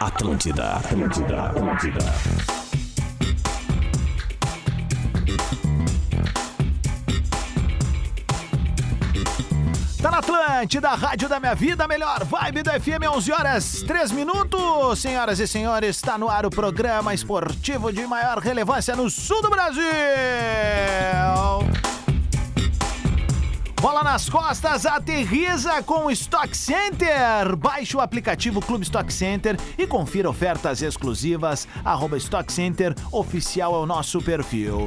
Atlântida, Atlântida, Atlântida. Tá na Atlântida, Rádio da Minha Vida, melhor vibe do FM, 11 horas 3 minutos. Senhoras e senhores, está no ar o programa esportivo de maior relevância no sul do Brasil. Bola nas costas, aterriza com o Stock Center. Baixe o aplicativo Clube Stock Center e confira ofertas exclusivas. Arroba Stock Center, oficial é o nosso perfil.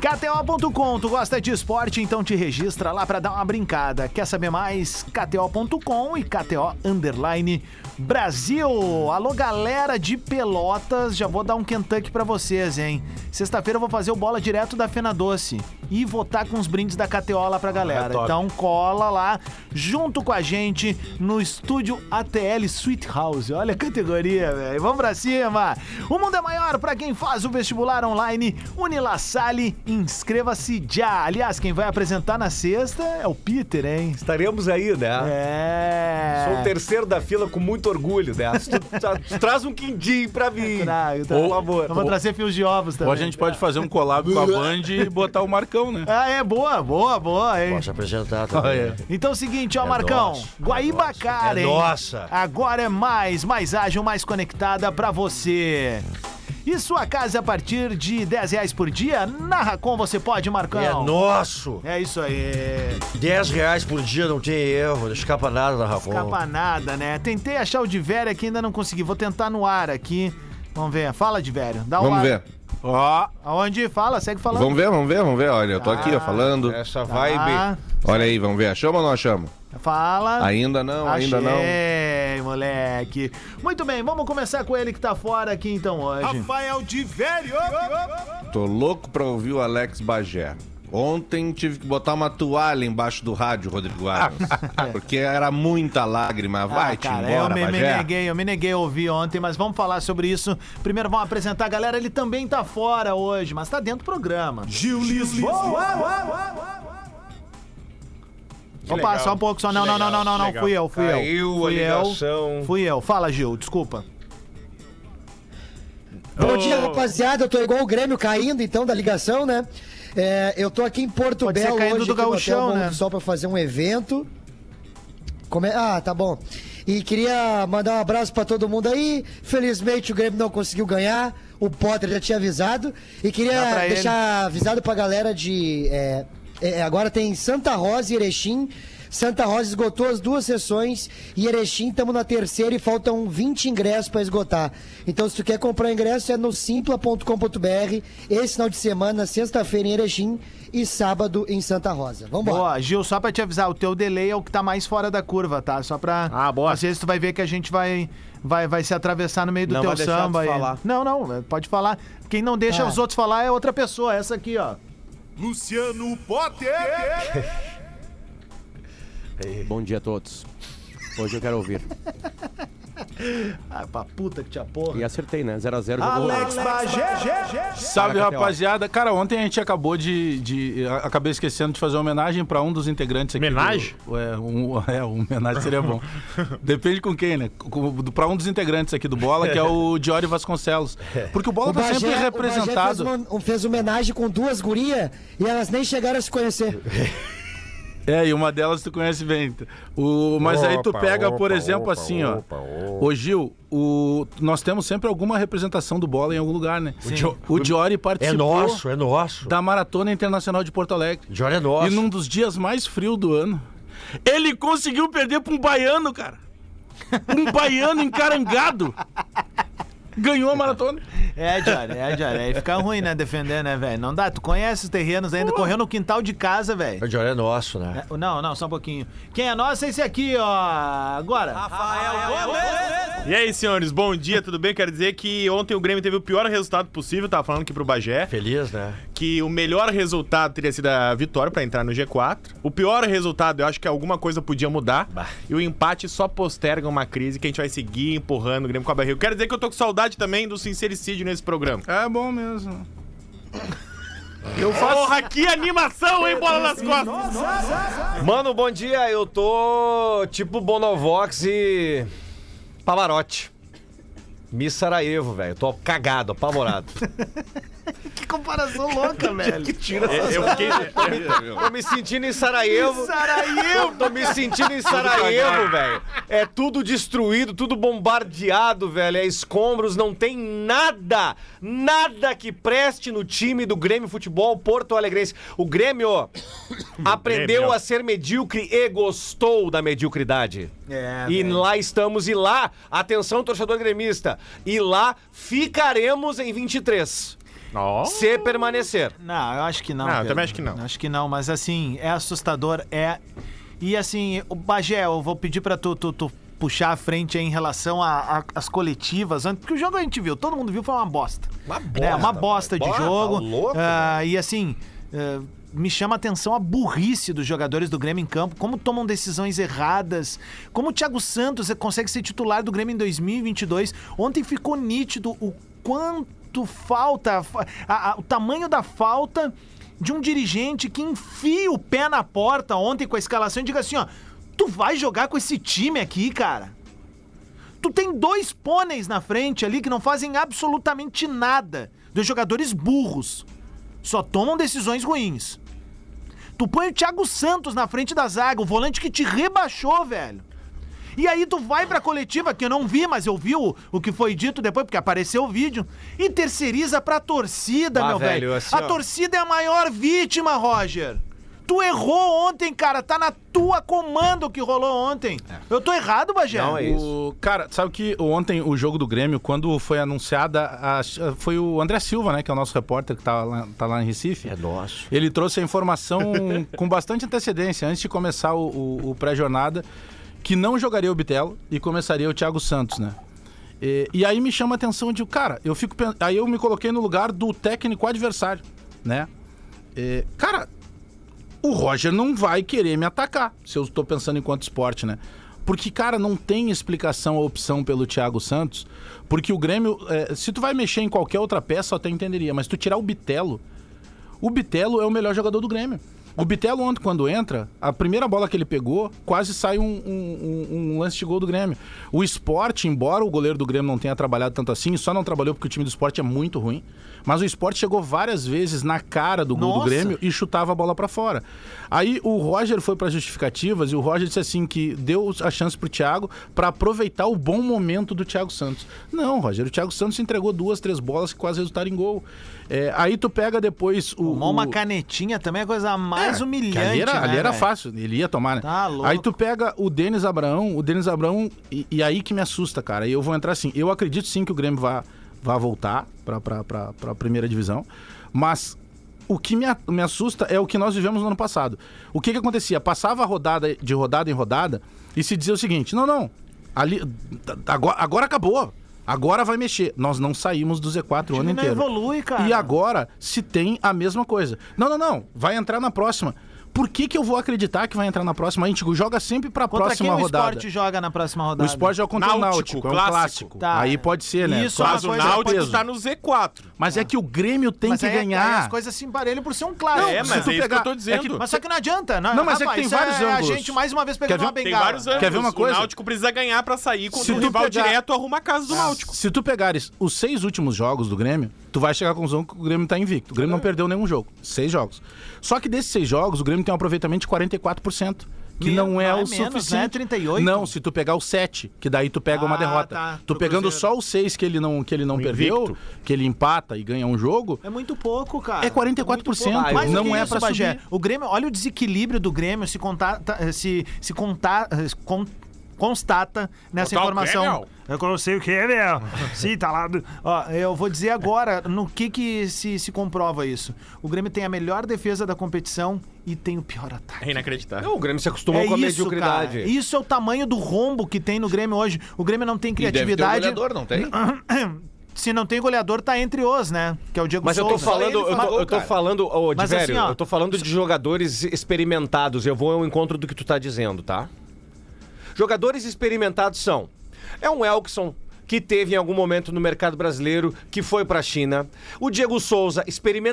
KTO.com, tu gosta de esporte, então te registra lá pra dar uma brincada. Quer saber mais? KTO.com e KTO Underline Brasil. Alô, galera de Pelotas, já vou dar um Kentucky pra vocês, hein? Sexta-feira eu vou fazer o bola direto da Fena Doce e votar com os brindes da KTO lá pra galera. top. então cola lá junto com a gente no estúdio ATL Sweet House. Olha a categoria, velho. Vamos pra cima. O mundo é maior pra quem faz o vestibular online. Unila Sale, inscreva-se já. Aliás, quem vai apresentar na sexta é o Peter, hein? Estaremos aí, né? É. Sou o terceiro da fila com muito orgulho, né? Se Tu, tra- tu traz um quindim pra mim. Trago, trago. Por favor. Vamos trazer fios de ovos também. Ou a gente pode fazer um collab com a Band e botar o Marcão, né? Ah, é boa, boa, boa, hein? Posso apresentar também. é. né? Então é o seguinte, ó, Marcão. nosso, é Guaíba nosso. Cara, É hein? nossa. Agora é mais, mais ágil, mais conectada pra você. E sua casa a partir de 10 reais por dia? Na Racon você pode, Marcão. É nosso. É isso aí. 10 reais por dia não tem erro. Não escapa nada da Racon. Escapa nada, né? Tentei achar o de velho aqui, ainda não consegui. Vou tentar no ar aqui. Vamos ver. Fala de velho. Dá um Vamos ar. ver. Ó, Aonde? Fala, segue falando. Vamos ver, vamos ver, vamos ver. Olha, eu tô Ah, aqui, ó, falando. é. Essa Tá. vibe. Olha aí, vamos ver. Achamos ou não achamos? Fala. Ainda não, ainda não. Achei, moleque. Muito bem, vamos começar com ele que tá fora aqui então hoje. Rafael de velho. Tô louco pra ouvir o Alex Bagé. Ontem tive que botar uma toalha embaixo do rádio, Rodrigo Adams. porque era muita lágrima. Vai, Ah, te é cara, embora, eu me, me Bagé. neguei, eu me neguei a ouvir ontem, mas vamos falar sobre isso. Primeiro vamos apresentar a galera, ele também tá fora hoje, mas tá dentro do programa. Gil Lisboa. Vamos passar um pouco só. Não, não, não, não, não, não, fui eu, fui Caiu eu. a Fui ligação. eu. Fui eu. Fala, Gil, desculpa. Bom dia, rapaziada. Eu tô igual o Grêmio caindo, então, da ligação, né? É, eu tô aqui em Porto Pode ser Belo caindo hoje do aqui no gauchão, Hotel Bom né? do Sol pra fazer um evento. Come- Ah, tá bom. E queria mandar um abraço pra todo mundo aí. Felizmente o Grêmio não conseguiu ganhar. O Potter já tinha avisado. Dá pra E queria ele. deixar avisado pra galera de. é, é, agora tem Santa Rosa e Erechim. Santa Rosa esgotou as duas sessões e Erechim estamos na terceira e faltam 20 ingressos para esgotar. Então, se tu quer comprar ingresso, é no simpla.com.br. Esse final de semana, sexta-feira em Erechim e sábado em Santa Rosa. Vambora. Boa, Gil, só pra te avisar, o teu delay é o que tá mais fora da curva, tá? Só pra. Ah, boa. Às vezes tu vai ver que a gente vai, vai, vai se atravessar no meio do Não teu vai deixar samba. tu aí. falar. Não, não, é, pode falar. Quem não deixa Tá. os outros falar é outra pessoa, essa aqui, ó. Luciano Potter. Bom dia a todos. Hoje eu quero ouvir. Ah, pra puta que te aporra. E acertei, né? 0x0 Alex Bagé. Salve, Fala, KTO. rapaziada. Cara, ontem a gente acabou de. de- a- acabei esquecendo de fazer uma homenagem pra um dos integrantes aqui. Homenagem? do- é, um, é, uma homenagem seria bom. Depende com quem, né? Com- do- Pra um dos integrantes aqui do Bola, que é o Diori Vasconcelos. Porque o Bola tá sempre fez, representado. uma, um, fez homenagem com duas gurias e elas nem chegaram a se conhecer. É, e uma delas tu conhece bem. O, mas aí tu Opa, pega, por opa, exemplo, opa, assim, opa, ó. Ô, Gil, o, nós temos sempre alguma representação do bola em algum lugar, né? O Gio- O Diori É participou nosso, é nosso. da Maratona Internacional de Porto Alegre. Jorge é nosso. E num dos dias mais frios do ano, ele conseguiu perder pra um baiano, cara. Um baiano encarangado. Ganhou a maratona. É, Johnny, é, Johnny. Aí fica ruim, né? Defender, né, velho? Não dá. Tu conhece os terrenos ainda. Correu no quintal de casa, velho. O Jorge é nosso, né? É, Não, não, só um pouquinho. Quem é nosso é esse aqui, ó. Agora. E aí, senhores, bom dia, tudo bem? Quero dizer que ontem o Grêmio teve o pior resultado possível, tava falando aqui pro Bagé, Feliz, né? que o melhor resultado teria sido a vitória pra entrar no G4. O pior resultado, eu acho que alguma coisa podia mudar. E o empate só posterga uma crise que a gente vai seguir empurrando o Grêmio com a barriga. Quero dizer que eu tô com saudade também do sincericídio nesse programa. É bom mesmo. Eu faço... Porra, que animação, hein, bola nas costas! Mano, bom dia. Eu tô tipo Bonovox e Pavarotti. Miss Sarajevo, velho. Tô cagado, apavorado. Que comparação louca, velho. Eu fiquei... tô me sentindo em Sarajevo. Sarajevo! Tô me sentindo em Sarajevo, velho. É tudo destruído, tudo bombardeado, velho. É escombros, não tem nada, nada que preste no time do Grêmio Futebol Porto Alegrense. O Grêmio aprendeu Grêmio. a ser medíocre e gostou da mediocridade. É, E velho. lá estamos, e lá, atenção, torcedor gremista, e lá ficaremos em 23, se permanecer. Não, eu acho que não. Não, eu Pedro. também acho que não. Acho que não, mas assim, é assustador, é. E assim, o Bagé, eu vou pedir pra tu, tu- tu puxar a frente aí em relação às coletivas, antes- porque o jogo a gente viu, todo mundo viu, foi uma bosta. Uma bosta. É, uma bosta de Bosta, jogo. louco, Ah, e assim. ah, me chama a atenção a burrice dos jogadores do Grêmio em campo, como tomam decisões erradas, como o Thiago Santos consegue ser titular do Grêmio em 2022. Ontem ficou nítido o quanto falta, fa- a- a- o tamanho da falta de um dirigente que enfia o pé na porta ontem com a escalação e diga assim: ó, tu vai jogar com esse time aqui, cara. Tu tem dois pôneis na frente ali que não fazem absolutamente nada. Dois jogadores burros. Só tomam decisões ruins. Tu põe o Thiago Santos na frente da zaga, o volante que te rebaixou, velho. E aí tu vai pra coletiva, que eu não vi, mas eu vi o, o que foi dito depois, porque apareceu o vídeo, e terceiriza pra torcida, Ah, meu velho. velho, assim, a ó. torcida é a maior vítima, Roger. Tu errou ontem, cara. Tá na tua comando o que rolou ontem. Eu tô errado, Bagé? É. Não, é isso. O- cara, sabe que ontem o jogo do Grêmio, quando foi anunciada, a- foi o André Silva, né, que é o nosso repórter que tá lá, tá lá em Recife. É nosso. Ele trouxe a informação com bastante antecedência, antes de começar o, o- o pré-jornada, que não jogaria o Bitelo e começaria o Thiago Santos, né? E, e aí me chama a atenção de, cara, eu fico pen- aí eu me coloquei no lugar do técnico adversário, né? É, cara, o Roger não vai querer me atacar, se eu estou pensando enquanto esporte, né? Porque, cara, não tem explicação a opção pelo Thiago Santos, porque o Grêmio, é, se tu vai mexer em qualquer outra peça, eu até entenderia, mas tu tirar o Bitelo, o Bitelo é o melhor jogador do Grêmio. O Bitelo ontem, quando entra, a primeira bola que ele pegou, quase sai um, um- um- um lance de gol do Grêmio. O esporte, embora o goleiro do Grêmio não tenha trabalhado tanto assim, só não trabalhou porque o time do esporte é muito ruim, mas o esporte chegou várias vezes na cara do gol do Nossa. Grêmio e chutava a bola pra fora. Aí o Roger foi pra justificativas e o Roger disse assim que deu a chance pro Thiago pra aproveitar o bom momento do Thiago Santos. Não, Roger, o Thiago Santos entregou duas, três bolas que quase resultaram em gol. É, aí tu pega depois o Tomar uma o- canetinha também é a coisa mais humilhante. que ali era, né, ali era velho? fácil, ele ia tomar, né? Tá louco. Aí tu pega o Denis Abraão, o Denis Abraão, e, e aí que me assusta, cara. E eu vou entrar assim, eu acredito sim que o Grêmio vá, vá voltar pra, pra, pra, pra primeira divisão, mas o que me, a- me assusta é o que nós vivemos no ano passado. O que que acontecia? Passava a rodada de rodada em rodada e se dizia o seguinte, não, não, ali, tá- tá- agora, agora acabou. Agora vai mexer. Nós não saímos do Z4 o ano time não inteiro. evolui, cara. E agora se tem a mesma coisa. Não, não, não. Vai entrar na próxima. Por que, que eu vou acreditar que vai entrar na próxima? A gente joga sempre pra Contra próxima quem rodada. o esporte joga na próxima O rodada? esporte é o contra o Náutico, Náutico, é um clássico. clássico. Tá. Aí pode ser, né? Isso é uma Mas o coisa- Náutico peso. tá no Z4. Mas é que o Grêmio tem Ah. Mas que aí- aí é ganhar. as coisas se emparelham por ser um clássico. É, mas se tu é isso que pegar- eu tô dizendo. é que- Mas só que não adianta. Não, Não, mas é rapaz, que tem isso vários A ângulos. gente mais uma vez pegando ver- uma tem Tem bengala. vários anos. tá Quer ver uma coisa? O Náutico precisa ganhar pra sair contra Se o tu rival pegar- direto, arruma a casa do Náutico. Se tu pegares os seis últimos jogos do Grêmio, tu vai chegar à conclusão que o Grêmio tá invicto. O Grêmio É. não perdeu nenhum jogo. Seis jogos. Só que desses seis jogos, o Grêmio tem um aproveitamento de 44%. Que Men- não não é é o menos, né? suficiente. 38? Não, se tu pegar o 7, que daí tu pega uma Ah, derrota. tá. Tu Pro pegando Cruzeiro. só o 6 que ele não, que ele não perdeu, que ele empata e ganha um jogo, É muito pouco, cara. É 44%, Muito pouco. Mas não o que é isso, pra Bagé? subir. O Grêmio, olha o desequilíbrio do Grêmio se contar, tá, se se contar, eh, con- constata nessa Contar o informação. Grêmio? Eu não sei o que, meu. Sim, tá lá. do- Ó, eu vou dizer agora no que que se, se comprova isso. O Grêmio tem a melhor defesa da competição e tem o pior ataque. É É inacreditável. Não, o Grêmio se acostumou com a mediocridade. cara. Isso é o tamanho do rombo que tem no Grêmio hoje. O Grêmio não tem E deve ter um criatividade. goleador, não tem? Se não tem goleador, tá entre os, né? Que é o Diego Mas eu tô Souza. falando, eu tô, eu tô Mas- falando, ô, de Mas velho, assim, ó, eu tô falando de jogadores experimentados. Eu vou ao encontro do que tu tá dizendo, tá? Jogadores experimentados são é um Elkson, que teve em algum momento no mercado brasileiro, que foi pra China. O Diego Souza,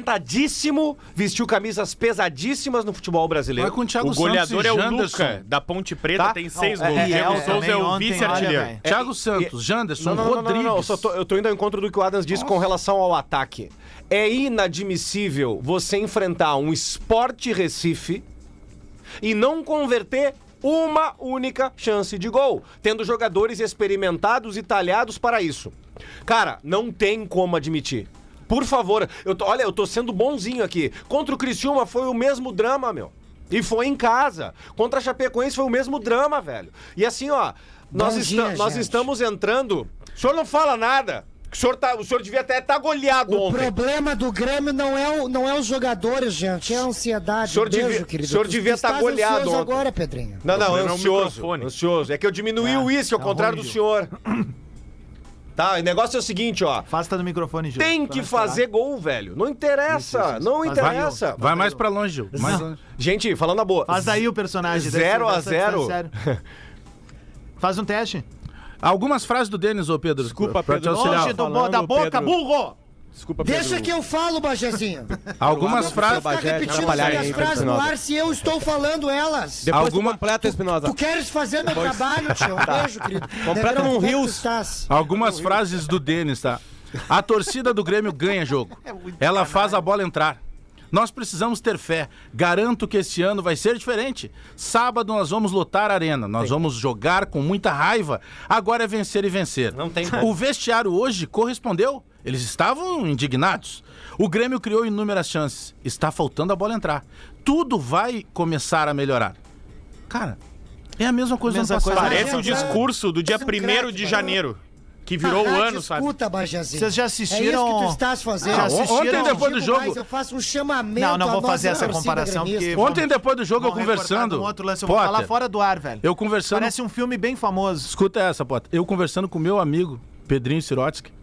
experimentadíssimo, vestiu camisas pesadíssimas no futebol brasileiro. Vai com o Thiago O goleador Santos e é o Janderson. Luca, da Ponte Preta, Tá? tem seis Não, é- gols. é- O Diego é- Souza é também o ontem, olha, vice-artilheiro. velho. Thiago Santos, Janderson, É, Não, não, não, não, Rodrigues. não, eu só tô- eu tô indo ao encontro do que o Adams disse com relação ao ataque. É inadmissível você enfrentar um esporte Recife e não converter uma única chance de gol, tendo jogadores experimentados e talhados para isso. Cara, não tem como admitir. Por favor, eu tô- olha, eu tô sendo bonzinho aqui. Contra o Criciúma foi o mesmo drama, meu. E foi em casa. Contra a Chapecoense foi o mesmo drama, velho. E assim, ó, nós, Bom esta- dia, nós gente. estamos entrando. O senhor não fala nada. O senhor, tá, o senhor devia até estar goleado O ontem. problema do Grêmio não é, o, não é os jogadores, gente, é a ansiedade. Senhor Um beijo, devia- querido. senhor Tu devia estás tá goleado ansioso ontem. agora, Pedrinho. Não, não, problema é o ansioso. microfone. ansioso. É que eu diminui o isso, ao tá contrário do ruim, senhor. Tá, o negócio é o seguinte, ó. Afasta do tá microfone, Gil. Tem pra que nós parar. fazer gol, velho. Não interessa, Isso, isso, isso. não Faz interessa. Vai mais pra longe, Gil. Mais longe. Gente, falando a boa. Faz daí o personagem. deve Zero ser- a deve ser- zero. tá sério. Faz um teste. Algumas frases do Denis, ô Pedro. Desculpa, pra te Pedro. auxiliar. Longe do, bo- da Falando, boca, Pedro. burro! Desculpa, Deixa que eu falo, Bajezinho. Algumas frases. Ficar repetindo atrapalhar as aí, frases no Espinosa. ar se eu estou falando elas. Depois Alguma- Alguma... completa, Espinosa. Tu queres fazer meu trabalho, tio? Um beijo, querido. Completa Negrão, num como é que tu rios. estás? Algumas frases do Denis, tá? A torcida do Grêmio ganha jogo. Ela faz a bola entrar. Nós precisamos ter fé. Garanto que esse ano vai ser diferente. Sábado nós vamos lotar a arena. Nós vamos jogar com muita raiva. Agora é vencer e vencer. Não tem O vestiário hoje correspondeu. Eles estavam indignados. O Grêmio criou inúmeras chances. Está faltando a bola entrar. Tudo vai começar a melhorar. Cara, é a mesma coisa Mesma do ano coisa. passado. Parece o discurso do dia é Faz um craque, 1 de vai. janeiro, que virou o um Parar ano, de sabe? Escuta, Ah, Bajezinho. Vocês já É isso assistiram- que tu estás fazendo. Já Ah, on- assistiram? ontem depois do Digo jogo, mais, eu faço um chamamento Não, não à vou nossa fazer essa torcida comparação gremista. porque- Ontem depois do jogo eu Vão recortar conversando. num outro lance, eu vou Potter, falar fora do ar, velho. Eu conversando. Parece um filme bem famoso. Escuta essa, Potter. Eu conversando com meu amigo, Pedrinho Sirotsky,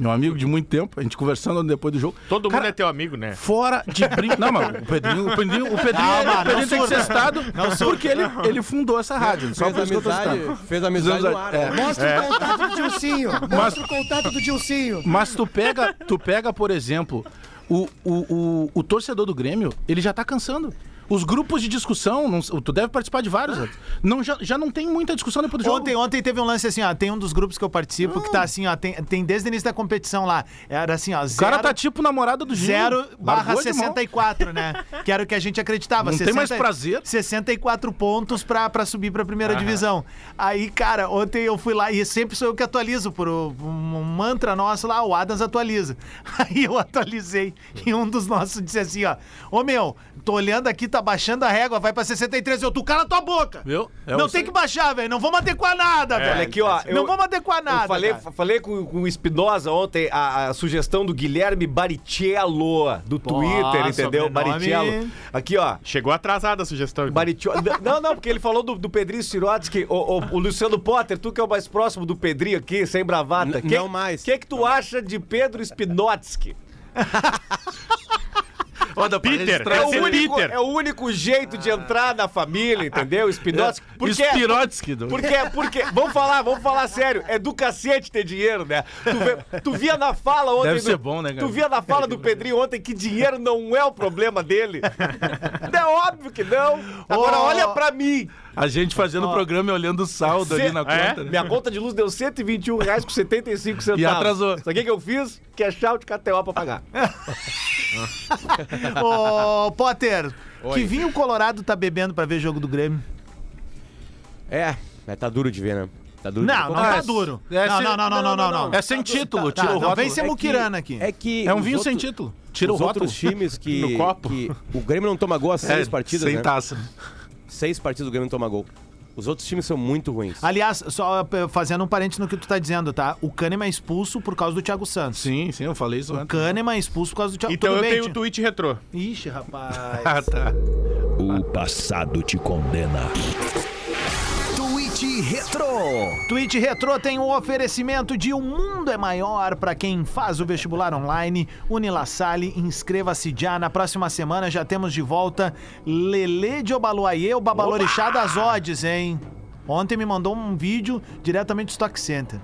meu amigo de muito tempo, a gente conversando depois do jogo. Todo Cara, mundo é teu amigo, né? Fora de brinco. Não, mas o Pedrinho, o Pedrinho, o Pedrinho, é- Calma, o Pedrinho Ah, não tem que surta. ser citado porque ele, ele fundou essa rádio. Só Fez por isso que eu tô amizade, citando. fez amizade no ar. né? Mostra o contato do Dilcinho. É. Mas- Mostra o contato do Dilcinho. Mas tu pega, tu pega, por exemplo, o, o, o, o torcedor do Grêmio, ele já tá cansando. Os grupos de discussão, não- tu deve participar de vários. Edson. Não, já, já não tem muita discussão depois do jogo. Ah. Ontem, ontem teve um lance assim, ó. Tem um dos grupos que eu participo que tá assim, ó. Tem, tem desde o início da competição lá. Era assim, ó. Hum. O cara zero- tá tipo namorado do Gil. 0 barra Largou de mão. 64, né? Que era o que a gente acreditava. Não tem mais prazer. 64 pontos pra, pra subir pra primeira divisão. Aí, cara, ontem eu fui lá e sempre sou eu que atualizo por um, um mantra nosso lá, o Adams atualiza. Aí eu atualizei e um dos nossos disse assim, ó, ô meu, tô olhando aqui, tá baixando a régua, vai pra 63. Eu, tu cala tua boca! Viu? É não isso tem aí. que baixar, velho, não vamos adequar nada, velho. É, Olha aqui, ó. não vamos adequar nada. Eu falei, cara. falei com, com o Espinosa ontem a, a sugestão do Guilherme Barichello, do Twitter, entendeu? sobrenome. Barichello. Aqui, ó. Chegou atrasada a então. sugestão. Barichello. não, não, porque ele falou do, do Pedrinho Sirotsky, o, o, o Luciano Potter, tu que é o mais próximo do Pedrinho aqui, sem bravata. N- não mais. O que, que tu acha de Pedro Spinotsky? Peter, É o, esse único, Peter. é o único jeito de entrar na família, entendeu? Spinotsky. É, Porque, é- Spirotsky, do- porque, é- porque, vamos falar, vamos falar sério. É do cacete ter dinheiro, né? Tu, vê- tu via na fala ontem. Deve do- ser bom, né, cara? Tu via na fala do Pedrinho ontem que dinheiro não é o problema dele. É óbvio que não. Agora Ó. olha pra mim. A gente fazendo o programa e olhando o saldo ali na É? conta. né? Minha conta de luz deu R$ 121 reais com 75 centavos. E atrasou. Sabe o que que eu fiz? Que é chá de KTO pra pagar. Ô, Potter, que vinho colorado tá bebendo pra ver jogo do Grêmio? É, mas tá duro de ver, né? Tá duro de Não, ver. não Como- tá é- duro. é não, se- não, não, não, não, não, É sem título, Tá, tira o não, rótulo. vem ser muquirana aqui. É que É um os vinho sem outro- título. Tira o os rótulo. outros times que, No copo. É, É, que o Grêmio não toma gol há seis partidas, sem tá. né? taça. Seis partidas o Grêmio não toma gol. Os outros times são muito ruins. Aliás, só eh, fazendo um parênteses no que tu tá dizendo, tá? O Kahneman é expulso por causa do Thiago Santos. Sim, sim, eu falei isso O antes. Kahneman é expulso por causa do Thiago Então Tudo eu bem, tenho o Ti- tweet retrô. Ixi, rapaz. Ah, tá. O passado te condena. Tweet Retro tem um oferecimento de O Mundo é Maior para quem faz o vestibular online. Unilassale, inscreva-se já. Na próxima semana já temos de volta Lele de Obaluaiê, o Babalorixá das Odes, hein? Ontem me mandou um vídeo diretamente do Stock Center.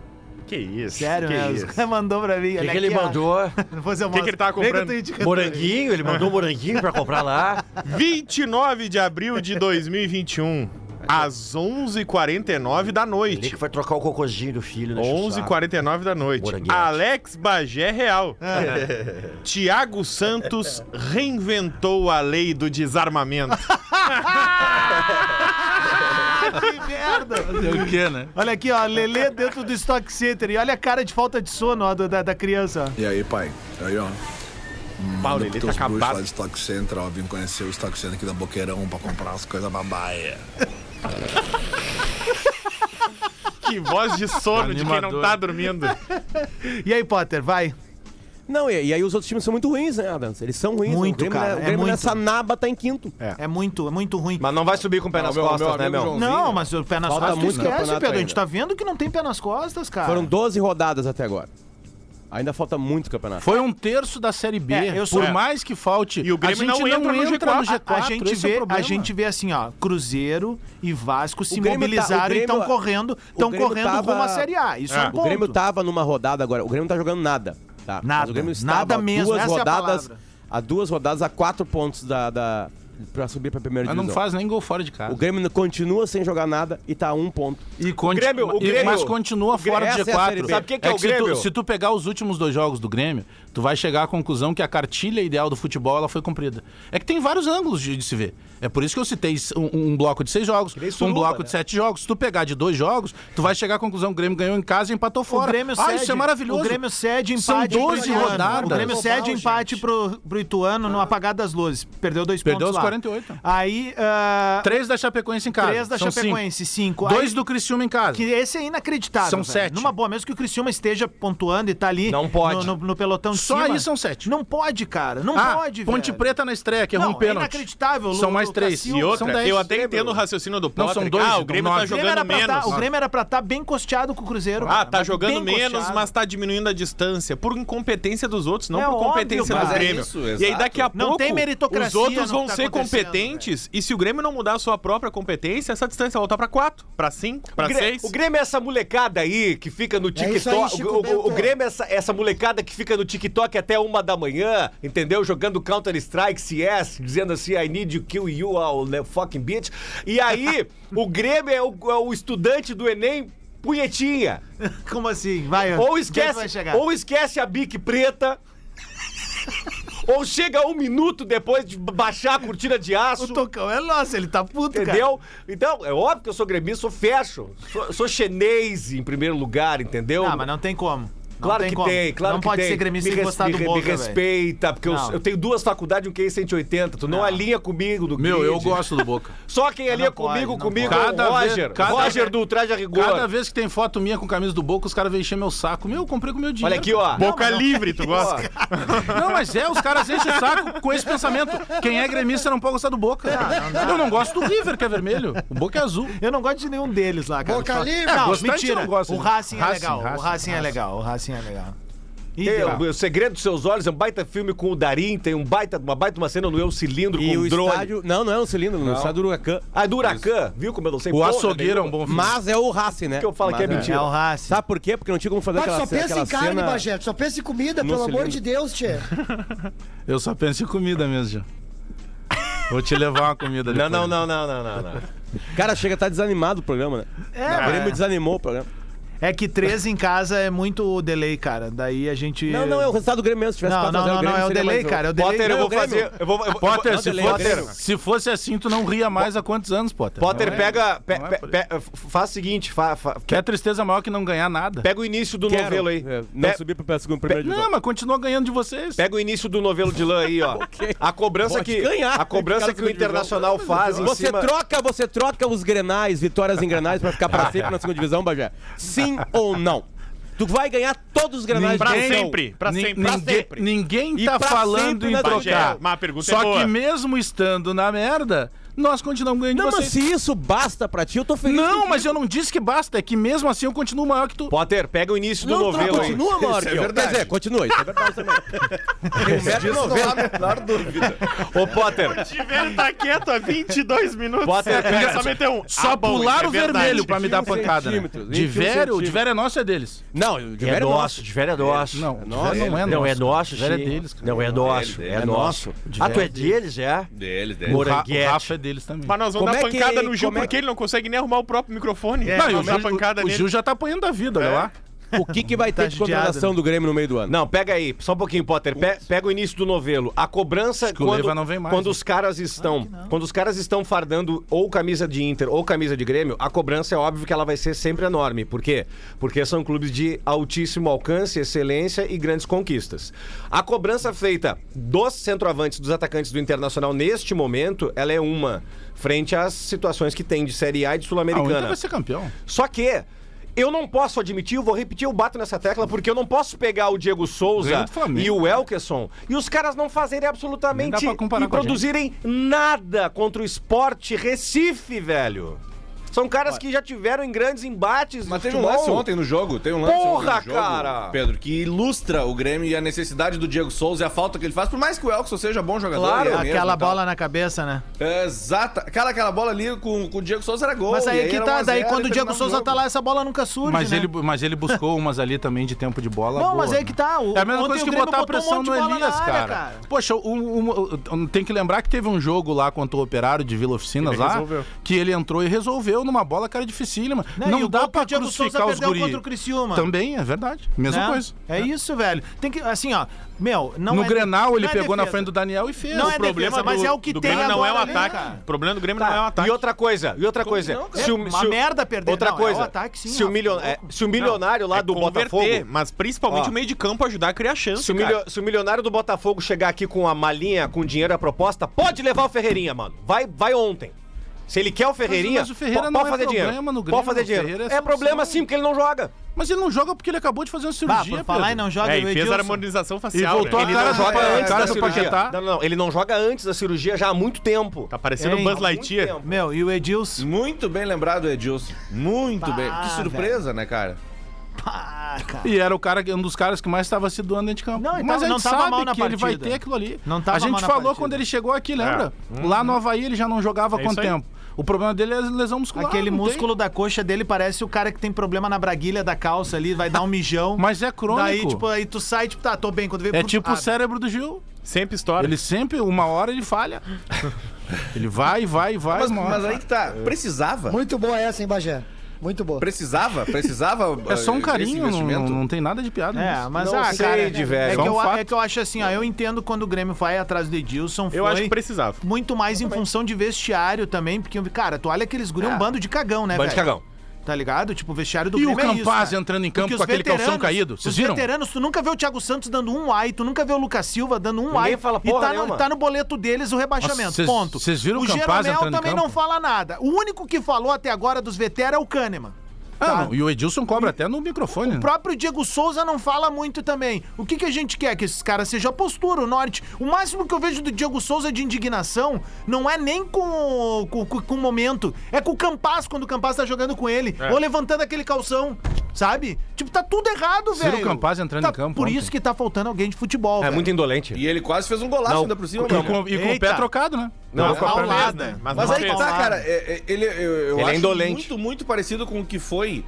Que isso. Sério, que né? Os isso. caras mandou pra mim. O que, que ele mandou? O que ele tava comprando? Moranguinho? Ele mandou um moranguinho pra comprar lá. 29 de abril de 2021, às 11h49 da Ele que noite. foi trocar o cocôzinho do filho. deixa o saco. 11h49 da noite. Moranguete. Alex Bagé Real. É. Tiago Santos reinventou a lei do desarmamento. Que merda! Fazer o quê, né? Olha aqui, ó, Lelê dentro do Stock Center. E olha a cara de falta de sono ó, do- da, da criança. E aí, pai? Aí, ó. Paulo, Manda ele tá pros teus bruxos lá acabado. de Stock Center, ó. Vim conhecer o Stock Center aqui da Boqueirão pra comprar as coisas babaia. Que voz de sono de quem não Animador. tá dormindo. E aí, Potter, vai. Não, e, e aí os outros times são muito ruins, né, Adams? Eles são ruins. né? Muito, o Grêmio, cara, né? o é Grêmio muito. nessa naba tá em quinto. É muito, é muito ruim. Mas não vai subir com o pé Não, nas meu- costas, meu né, amigo meu? João- não, mas o pé nas Falta costas tu muito esquece, campeonato Pedro. A ainda. gente tá vendo que não tem pé nas costas, cara. Foram 12 rodadas até agora. Ainda falta muito campeonanato. Foi um terço da Série B. É, eu sou- Por mais que falte. E o Grêmio a gente não entra no G4. a, a gente esse é o vê, a problema. gente vê assim, ó, Cruzeiro e Vasco se O Grêmio tá- mobilizaram o Grêmio- e estão correndo, estão Grêmio correndo tava- rumo à Série A. Isso é, um o ponto. O Grêmio tava numa rodada agora. O Grêmio não tá jogando nada. Tá? Nada, Mas o Grêmio estava nada a mesmo, Duas essa é a rodadas, palavra. a duas rodadas, a quatro pontos da, da, pra subir pra primeira Mas não divisão. faz nem gol fora de casa. O Grêmio continua sem jogar nada e tá a um ponto. E conti- Grêmio- o e- Grêmio- mas continua fora essa do é a Série G4. B. Sabe o que que é o se tu- Grêmio? Se tu, pegar os últimos dois jogos do Grêmio, tu vai chegar à conclusão que a cartilha ideal do futebol ela foi cumprida. É que tem vários ângulos de, de se ver. É por isso que eu citei s- um, um bloco de seis jogos, um bloco de sete jogos. Se tu pegar de dois jogos, tu vai chegar à conclusão que o Grêmio ganhou em casa e empatou fora. O Grêmio ah, cede, isso é maravilhoso. O Grêmio cede empate. São pro 12 Ituano. rodadas. O Grêmio cede Global, empate pro, pro Ituano no apagar das luzes. Perdeu dois Perdeu pontos os lá. 48. Aí, ah, Três da Chapecoense em casa. três da São Chapecoense, cinco. Cinco. Aí- Dois do Criciúma em casa. Que esse é inacreditável. São velho. sete. Numa boa, mesmo que o Criciúma esteja pontuando e tá ali Não pode. No, no- no pelotão de Só cima. aí são sete. Não pode, cara. Não Ah, pode, Ponte velho. Preta na estreia, que errou Não, um pênalti. É inacreditável. São Lu- mais Lu- três. Cassio. E São outra, dez. eu até entendo o raciocínio do Não, Potter. são dois, ah, o Grêmio nove. tá O Grêmio jogando era pra tá- menos. o Grêmio era pra estar bem costeado com o Cruzeiro. Ah, cara, tá mas jogando bem menos, costeado. mas tá diminuindo a distância. Por incompetência dos outros, não É por óbvio, competência cara. do Mas é Grêmio. isso, e aí exato. daqui a Não pouco tem meritocracia os outros no vão que tá ser acontecendo, competentes e se o Grêmio não mudar a sua própria competência, essa distância voltar pra 4, pra 5, pra Grê- 6. O Grêmio é essa molecada aí que fica no É isso aí, TikTok. Chico o, o- Bento. o Grêmio é essa, essa molecada que fica no TikTok até uma da manhã, entendeu? Jogando Counter-Strike, CS, dizendo assim, I need to kill you all the fucking bitch. E aí, o Grêmio é o, é o estudante do Enem punhetinha. Como assim? Vai, Anderson. Ou Onde é que vai esquece, chegar? ou esquece a bique preta. ou chega um minuto depois de baixar a cortina de aço. O Tocão é nosso, ele tá puto, cara. Entendeu? Então, é óbvio que eu sou gremista, sou fecho. Sou, sou chinês em primeiro lugar, entendeu? Não, mas não tem como. Não Claro que como. tem, claro Não que pode tem. ser gremista me e gostar res- do me, Boca, Me velho. respeita, porque eu, Não. eu tenho duas faculdades e um QI 180. Tu não, alinha comigo do Meu, eu grid. gosto do Boca. Só quem alinha pode, comigo, não comigo, pode. é o Cada vez- Roger. cada- Roger do Traje a Rigor. Cada vez que tem foto minha com camisa do Boca, os caras vêm encher meu saco. Meu, eu comprei com meu dinheiro. Olha aqui, ó. Boca livre, tu gosta? Não, mas é, os caras enchem o saco com esse pensamento. Quem é gremista não pode gostar do Boca. eu não gosto do River, que é vermelho. O Boca é azul. Eu não gosto de nenhum deles lá, cara. Boca Só- É, livre. Não, Gostar, a gente mentira. não gosta. o Racing, é Racing, legal. o Racing, Racing é legal. O Racing é legal. Ih, Tem deu. o, o Segredo dos Seus Olhos é um baita filme com o Darim. Tem um baita, uma baita uma cena no Eu Cilindro E com o o drone. estádio... Não, não é no cilindro, não. no estádio do Huracan. Ah, do Huracan. Viu como eu não sei O porra açougueiro é um nenhuma? bom filme. Mas é o Racing, né? que eu falo que Mas é mentira. É o Racing. Sabe por quê? Porque não tinha como fazer Mas aquela, só pensa aquela em carne, cena... Bagé. Só pensa em comida, No pelo amor cilindro. de Deus, tchê. Eu só penso em comida mesmo, já. Vou te levar uma comida Não, depois. não, não, não, não, não, não. Cara, chega a tá estar desanimado o programa, né? É, O Grêmio é. desanimou o programa. É que três em casa é muito delay, cara. Daí a gente. Não, não, é o resultado do Grêmio mesmo. Se tivesse Não, 4 a não, não, 0 não, é o Grêmio, seria delay, mais um. cara. É o delay. Potter, eu vou Não, Grêmio. fazer. Eu vou, eu, Potter, eu, se, delay, fosse, Grêmio. se fosse assim, tu não ria mais há quantos anos, Potter? Potter, Não é? pega. pe- não é pe- por pe- faz o seguinte, fa- fa- Que é tristeza maior que não ganhar nada. pega o início do Quero. novelo aí. É, Não Pe- subir pra segunda primeira divisão. Não, mas continua ganhando de vocês. Pega o início do novelo de lã aí, ó. A cobrança Pode que. ganhar. A cobrança Cara, que o Internacional faz em Você cima. troca, você troca os grenais, vitórias em grenais pra ficar pra sempre na segunda divisão, Bagé? Sim ou não? Tu vai ganhar todos os grenais Pra divisão. sempre, pra Nin- sempre. ninguém, Pra sempre. Ninguém E tá pra falando sempre em na Bagé, trocar. mas a pergunta é Só boa. que mesmo estando na merda, nós continuamos ganhando Não, de mas vocês. se isso basta pra ti, eu tô feliz. Não, contigo. mas eu não disse que basta, é que mesmo assim eu continuo maior que tu. Potter, pega o início do Não, tu não novelo aí. continua, maior Isso é que eu. Quer verdade. dizer, continua, isso é verdade também. Ô, Potter, Tiveram tá quieto há 22 minutos. Potter, é pega- só meter um. Só Ah, bom, pular é o verdade. vermelho pra me dar pancada. Né? 21 De velho, centímetros. de velho é nosso, é deles. Não, de É velho nosso, de velho é nosso. Não, de velho não é nosso. Não é nosso, De velho sim. é deles, cara. Não é nosso, dele, é é nosso. Ah, tu é deles, é? Deles, O deles. Ra- Moranguete. O Rafa é deles também. Mas nós vamos Como dar é que- pancada no Gil como é- porque ele não consegue nem arrumar o próprio microfone. Não, e o vamos dar Gil- pancada o, o nele. Gil já tá apanhando da vida, É. olha lá. não. O que que vai ter de judiado, contratação do Grêmio no meio do ano? Não, pega aí, só um pouquinho, Potter. Pe- pega o início do novelo. A cobrança que o Leva não vem mais, quando né? os caras estão, quando os caras estão fardando ou camisa de Inter ou camisa de Grêmio, a cobrança é óbvio que ela vai ser sempre enorme. Por quê? Porque são clubes de altíssimo alcance, excelência e grandes conquistas. A cobrança feita dos centroavantes, dos atacantes do Internacional neste momento, ela é uma frente às situações que tem de Série A e de Ah, o Sul-Americana. Inter vai ser campeão. Só que eu não posso admitir, eu vou repetir, eu bato nessa tecla, porque eu não posso pegar o Diego Ganhou Souza do Flamengo. e o Elkerson e os caras não fazerem Nem absolutamente dá pra comparar e com a produzirem nada contra o esporte Recife, velho. São caras que já tiveram em grandes embates. Mas de teve um futebol. lance ontem no jogo, tem um lance Porra, ontem no jogo, cara! Pedro, que ilustra o Grêmio e a necessidade do Diego Souza e a falta que ele faz, por mais que o Elkson seja bom jogador. Claro, ele é mesmo Aquela e tal. bola na cabeça, né? Exata. Cara, aquela bola ali com, com o Diego Souza era gol. Mas aí, e que era tá, 1 a 0 daí e quando o terminava Diego Souza jogo. tá lá, essa bola nunca surge, Mas, né? ele, mas ele buscou umas ali também de tempo de bola. Não, boa, mas aí né? que tá, o- é a mesma ontem coisa o que Grêmio botar a botou um pressão monte no de bola na Elias, área, cara. cara. Poxa, um- um- um- tem que lembrar que teve um jogo lá contra o Operário de Vila Oficinas Ele lá, resolveu. que que ele entrou e resolveu numa bola, cara, dificílima. Né? Não, E o dá gol que pra o Diego Souza crucificar os perdeu guri. contra o Criciúma. Também, é verdade. Mesma né? coisa. É isso, velho. Tem que, assim, ó, meu, não no é- Grenal, ele não é pegou na defesa. frente do Daniel e fez. Não O é problema- defesa, mas é o que do tem Grêmio não é um agora ali, ataque. cara. O problema do Grêmio Tá, não é um ataque. E outra coisa, e outra coisa. cara? É uma merda perder. Outra Não, é coisa. o ataque, sim, se, o Rafa, milio- tá é, louco. se o milionário lá É do converter, Botafogo. Mas principalmente Ó. o meio de campo ajudar a criar chance, Se o, cara. milio- se o milionário do Botafogo chegar aqui com a malinha, com dinheiro à proposta, pode levar o Ferreirinha, mano. Vai, vai ontem. Se ele quer o Ferreirinha, mas o Ferreira po- não pode é fazer problema dinheiro. no Grêmio, pode fazer o dinheiro. Ferreira é É, solução. problema sim, porque ele não joga. Mas ele não joga porque ele acabou de fazer uma Bah, cirurgia, por falar e Pedro. não joga É, o e fez Edilson. a harmonização E facial. voltou né? a Ele cara, não joga do, antes cara da do cirurgia. Paquetá. Não, não, não. Ele não joga antes da cirurgia já há muito tempo. Tá parecendo Hein? um Buzz Há muito Lightyear. tempo. Meu, e o Hum. Edilson? Muito bem lembrado, Edilson. Muito Pá, bem. Que surpresa, né, cara? Pá, cara. E era o cara, que- um dos caras que mais estava se doando dentro de campo. Não, ele Mas tava- a não gente tava sabe mal na que ele vai partida. ter aquilo ali. Não tava a gente mal na falou partida. É. Uhum. quando ele chegou aqui, lembra? Lá no Havaí ele já não jogava há É quanto isso aí. tempo. O problema dele é a lesão muscular. Aquele não tem. músculo da coxa dele parece o cara que tem problema na braguilha da calça ali, vai dar um mijão. Mas é crônico. Daí, tipo, aí tu sai, tipo, tá, tô bem. Quando vem é pro- tipo ah, o cérebro do Gil. Sempre história. Ele sempre, uma hora ele falha. ele vai, vai, vai. Mas, uma hora. mas aí que tá. Precisava? Muito boa essa, hein, Bagé? Muito boa. Precisava? Precisava? É só um esse carinho, não, investimento? não tem nada de piada É, nisso. mas Não ah, sei, cara, de é, velho. que Só um eu, é fato. que eu acho assim, ó, eu entendo quando o Grêmio vai atrás do Edilson, foi Eu acho que precisava. muito mais em função de vestiário também, porque, cara, tu olha aqueles guri, é um bando de cagão, né, Bando de velho? cagão. Tá ligado? Tipo, o vestiário do E o Grêmio é isso, Campaz cara. entrando em campo Porque com os aquele calção veteranos- caído, vocês os viram? veteranos, tu nunca vê o Thiago Santos dando um ai, tu nunca vê o Lucas Silva dando um ai. fala e porra tá no, nenhuma. tá no boleto deles o rebaixamento, Nossa, vocês- ponto. vocês viram o o Campaz Jeromel entrando em também campo? não fala nada. O único que falou até agora dos veteranos é o Kahneman. Ah, tá? não, E o Edilson cobra até no microfone. né? O próprio Diego Souza não fala muito também. O que, que a gente quer? Que esses caras sejam a postura, o norte. O máximo que eu vejo do Diego Souza de indignação não é nem com o com, com- com o momento, é com o Campaz, quando o Campaz tá jogando com ele. É. Ou levantando aquele calção, sabe? Tipo, tá tudo errado, Ciro velho. Campaz entrando Tá- em campo Por ontem. isso que tá faltando alguém de futebol, É velho. muito indolente. E ele quase fez um golaço Não, ainda por cima, E velho. com, e com o pé Eita. trocado, né? Não, Mas com a paulada. perna, né? Mas uma aí que vez. tá, cara. é- é- ele eu, eu Ele é acho indolente. muito, muito parecido com o que foi.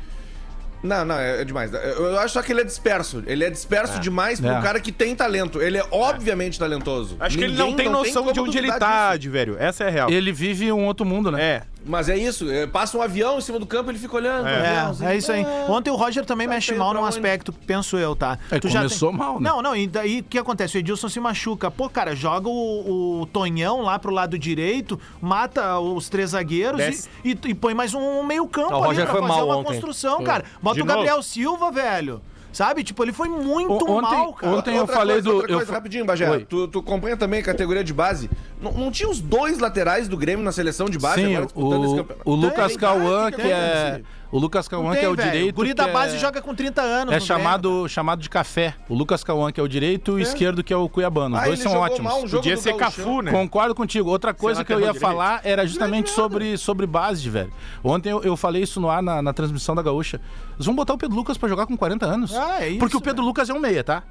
Não, não, é é demais. Eu, eu acho só que ele é disperso. Ele é disperso demais pro É. cara que tem talento. Ele é obviamente talentoso. Acho que ele Ninguém- não tem noção como de onde ele duvidar tá, disso. de velho. Essa é a real. Ele vive um outro mundo, né? É. Mas é isso. é, Passa um avião em cima do campo, ele fica olhando. um É. É, é isso aí. Ontem o Roger também mexe indo mal pra num onde? aspecto, penso eu, tá? É, começou mal, né? Não, não, e daí o que acontece? O Edilson se machuca. Pô, cara, joga o, o Tonhão lá pro lado direito, mata os três zagueiros Desce. e, e- e põe mais um meio-campo Ah, o ali Roger pra foi fazer mal uma ontem. construção, cara. Bota De o Gabriel novo. Silva, velho. Sabe? Tipo, ele foi muito O- ontem- mal, cara. ontem- eu Outra falei coisa, do- Outra eu coisa, fa- rapidinho, Bagé. Oi. Tu, tu acompanha também a categoria de base. Não, não tinha os dois laterais do Grêmio na seleção de base Sim, agora disputando esse o, campeonato? o Lucas Tem, Cauã, tem, que tem, é sim. O Lucas Cauã, tem, que é o velho. direito. O guri da que é- base joga com 30 anos. É no chamado, chamado de café. O Lucas Cauã, que é o direito, e o esquerdo, que é o cuiabano. Os Ah, dois ele são jogou ótimos. mal um jogo Podia do ser Gauchão. Cafu, né? é Concordo contigo. Outra coisa lá, que eu ia lateral direito. falar era justamente sobre, sobre base, velho. Ontem eu, eu falei isso no ar na, na transmissão da Gaúcha. Eles vão botar o Pedro Lucas pra jogar com 40 anos. Ah, é isso, Porque o Pedro Lucas é um meia, tá?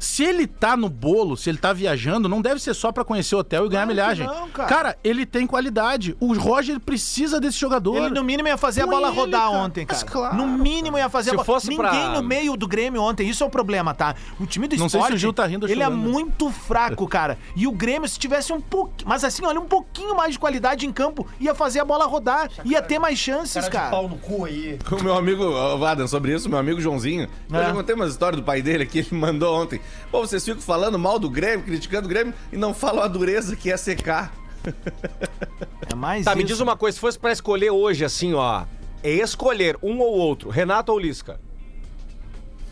Se ele tá no bolo, se ele tá viajando, não deve ser só pra conhecer o hotel e ganhar milhagem. não, cara. cara. ele tem qualidade. O Roger precisa desse jogador. Ele, no mínimo, ia fazer a Com bola ele, rodar cara. ontem, cara. Mas claro, no mínimo ia fazer Se a bola. fosse Ninguém pra- no meio do Grêmio ontem. Isso é o problema, tá? O time do Não sei esporte, se o Gil tá rindo ou ele é chorando. muito fraco, cara. E o Grêmio, se tivesse um pouquinho... Mas assim, olha, um pouquinho mais de qualidade em campo, ia fazer a bola rodar, ia ter mais chances, cara. pau no cu aí. O meu amigo, ô, Adam, sobre isso, meu amigo Joãozinho, eu É. já contei umas histórias do pai dele aqui, ele mandou ontem. Pô, vocês ficam falando mal do Grêmio, criticando o Grêmio, e não falam a dureza que é secar. É mais Tá, me isso. diz uma coisa, se fosse pra escolher hoje, assim, ó. É escolher um ou outro, Renato ou Lisca?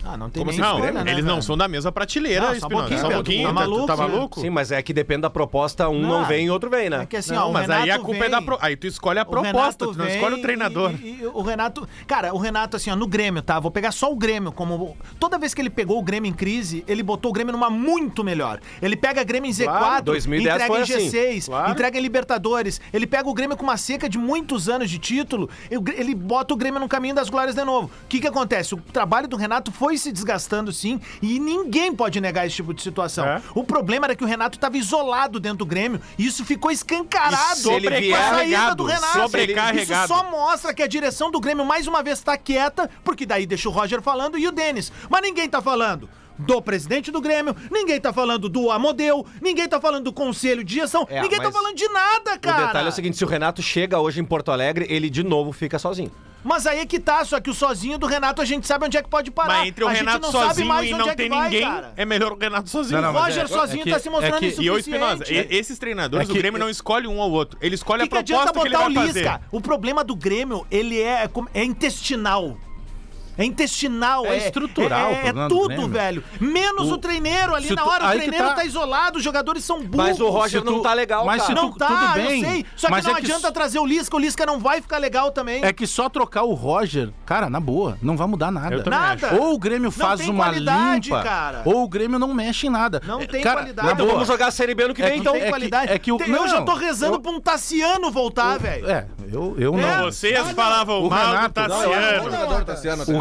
Ah, não tem Como nem assim? Não, escolha, né, eles não cara? são da mesma prateleira, Não, só um Espinosa. pouquinho, Só um Pedro, pouquinho, tá tá tu tá maluco, né? maluco? Sim, mas é que depende da proposta, um não, Não, vem e outro vem, né? é que assim, ó, Não, o mas aí a Renato culpa é vem- da... Pro... Aí tu escolhe a O proposta, Renato tu não vem escolhe o treinador. E, e o Renato, cara, o Renato, assim, ó, no Grêmio, tá? Vou pegar só o Grêmio como. Toda vez que ele pegou o Grêmio em crise, ele botou o Grêmio numa muito melhor. Ele pega Grêmio em Z4, Claro, 2010 entrega foi em assim. G6, Claro. entrega em Libertadores. Ele pega o Grêmio com uma seca de muitos anos de título, eu- ele bota o Grêmio no caminho das glórias de novo. O que que acontece? O trabalho do Renato foi se desgastando, sim, e ninguém pode negar esse tipo de situação. O problema era que o Renato tava isolado dentro do Grêmio, e isso ficou E escancarado se ele com a vier- saída do Renato. Sobrecarregado. Isso só mostra que a direção do Grêmio mais uma vez tá quieta, porque daí deixa o Roger falando e o Denis. Mas ninguém tá falando do presidente do Grêmio, ninguém tá falando do Amodeu, ninguém tá falando do conselho de gestão, É, ninguém tá mas falando de nada, cara. O detalhe é o seguinte: se o Renato chega hoje em Porto Alegre, ele de novo fica sozinho. Mas aí é que tá, só que o sozinho do Renato a gente sabe onde é que pode parar. Mas entre o a gente Renato não sabe sozinho mais e onde é não que tem vai, ninguém, cara. é melhor o Renato sozinho. Não, não, mas Roger é- é sozinho que- tá se mostrando é que- E eu, insuficiente. Espinosa, e- esses treinadores, É o que- Grêmio não escolhe um ou outro. Ele escolhe O que, que a adianta proposta que, ele botar vai o fazer. Lisca? O problema do Grêmio, ele é, com- é intestinal. É intestinal, É estrutural o É, é problema do tudo, Grêmio. velho. Menos o, O- treineiro ali se na tu- hora. O aí que treineiro tá... tá- isolado, os jogadores são burros. Mas o Roger Se não tu- tá legal, mas cara. se tu- Não tá, tudo bem, eu sei. Só que mas não é que adianta s- trazer o Lisca. O Lisca não vai ficar legal também. É que só trocar o Roger, cara, na boa, não vai mudar nada. também Nada. acho. Ou o Grêmio faz tem uma qualidade, limpa, cara. ou o Grêmio não mexe em nada. Não É, tem cara, qualidade. Na Então boa. Vamos jogar a Série B ano que É vem, que então. Tem é que- qualidade. é que o- Tem- não, eu já tô rezando eu- pra um Tassiano voltar, velho. É, eu, eu É, não. Vocês falavam O tá mal Renato- do Não, é um Tassiano. bom jogador, Tassiano.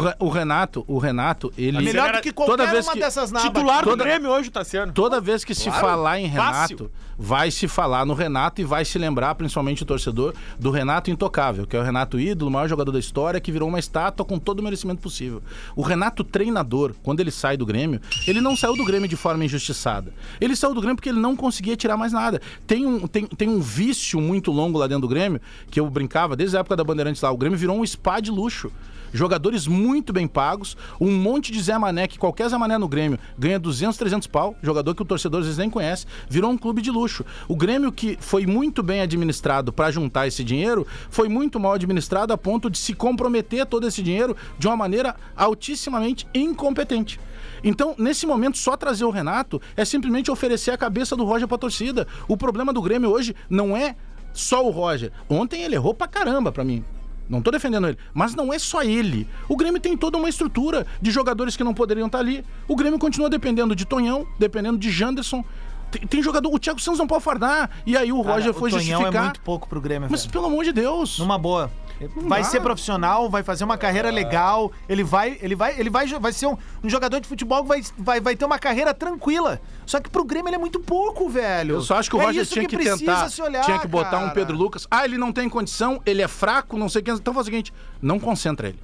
O, Re- o Renato, o Renato, ele Melhor do que qualquer toda vez uma que- dessas nabas. Titular do Toda- Grêmio hoje, o Tassiano. Toda vez que se Claro. falar em Renato, Fácil. vai se falar no Renato e vai se lembrar, principalmente o torcedor, do Renato intocável, que é o Renato ídolo, o maior jogador da história, que virou uma estátua com todo o merecimento possível. O Renato treinador, quando ele sai do Grêmio, ele não saiu do Grêmio de forma injustiçada. Ele saiu do Grêmio porque ele não conseguia tirar mais nada. Tem um, tem, tem um vício muito longo lá dentro do Grêmio, que eu brincava desde a época da Bandeirantes lá. O Grêmio virou um spa de luxo. Jogadores muito bem pagos, um monte de Zé Mané, que qualquer Zé Mané no Grêmio ganha 200, 300 pau, jogador que o torcedor às vezes nem conhece, virou um clube de luxo. O Grêmio, que foi muito bem administrado para juntar esse dinheiro, foi muito mal administrado a ponto de se comprometer todo esse dinheiro de uma maneira altissimamente incompetente. Então, nesse momento, só trazer o Renato é simplesmente oferecer a cabeça do Roger para a torcida. O problema do Grêmio hoje não é só o Roger. Ontem ele errou pra caramba pra mim. Não tô defendendo ele, mas não é só ele. O Grêmio tem toda uma estrutura de jogadores que não poderiam estar ali. O Grêmio continua dependendo de Tonhão, dependendo de Janderson. Tem, tem jogador, o Thiago Santos não pode fardar. E aí o Cara, Roger foi o Tonhão justificar. é muito pouco pro Grêmio, Mas velho. pelo amor de Deus. Numa boa. Vai dá. É. ser profissional, vai fazer uma carreira legal, ele vai, ele vai, ele vai, vai ser um, um jogador de futebol que vai, vai, vai ter uma carreira tranquila. Só que pro Grêmio ele é muito pouco, velho. Eu só acho que o É Roger isso tinha que, precisa tentar. se olhar, tinha que botar um cara. Pedro Lucas. Ah, ele não tem condição, ele é fraco, não sei o que. Então faz o seguinte: não concentra ele.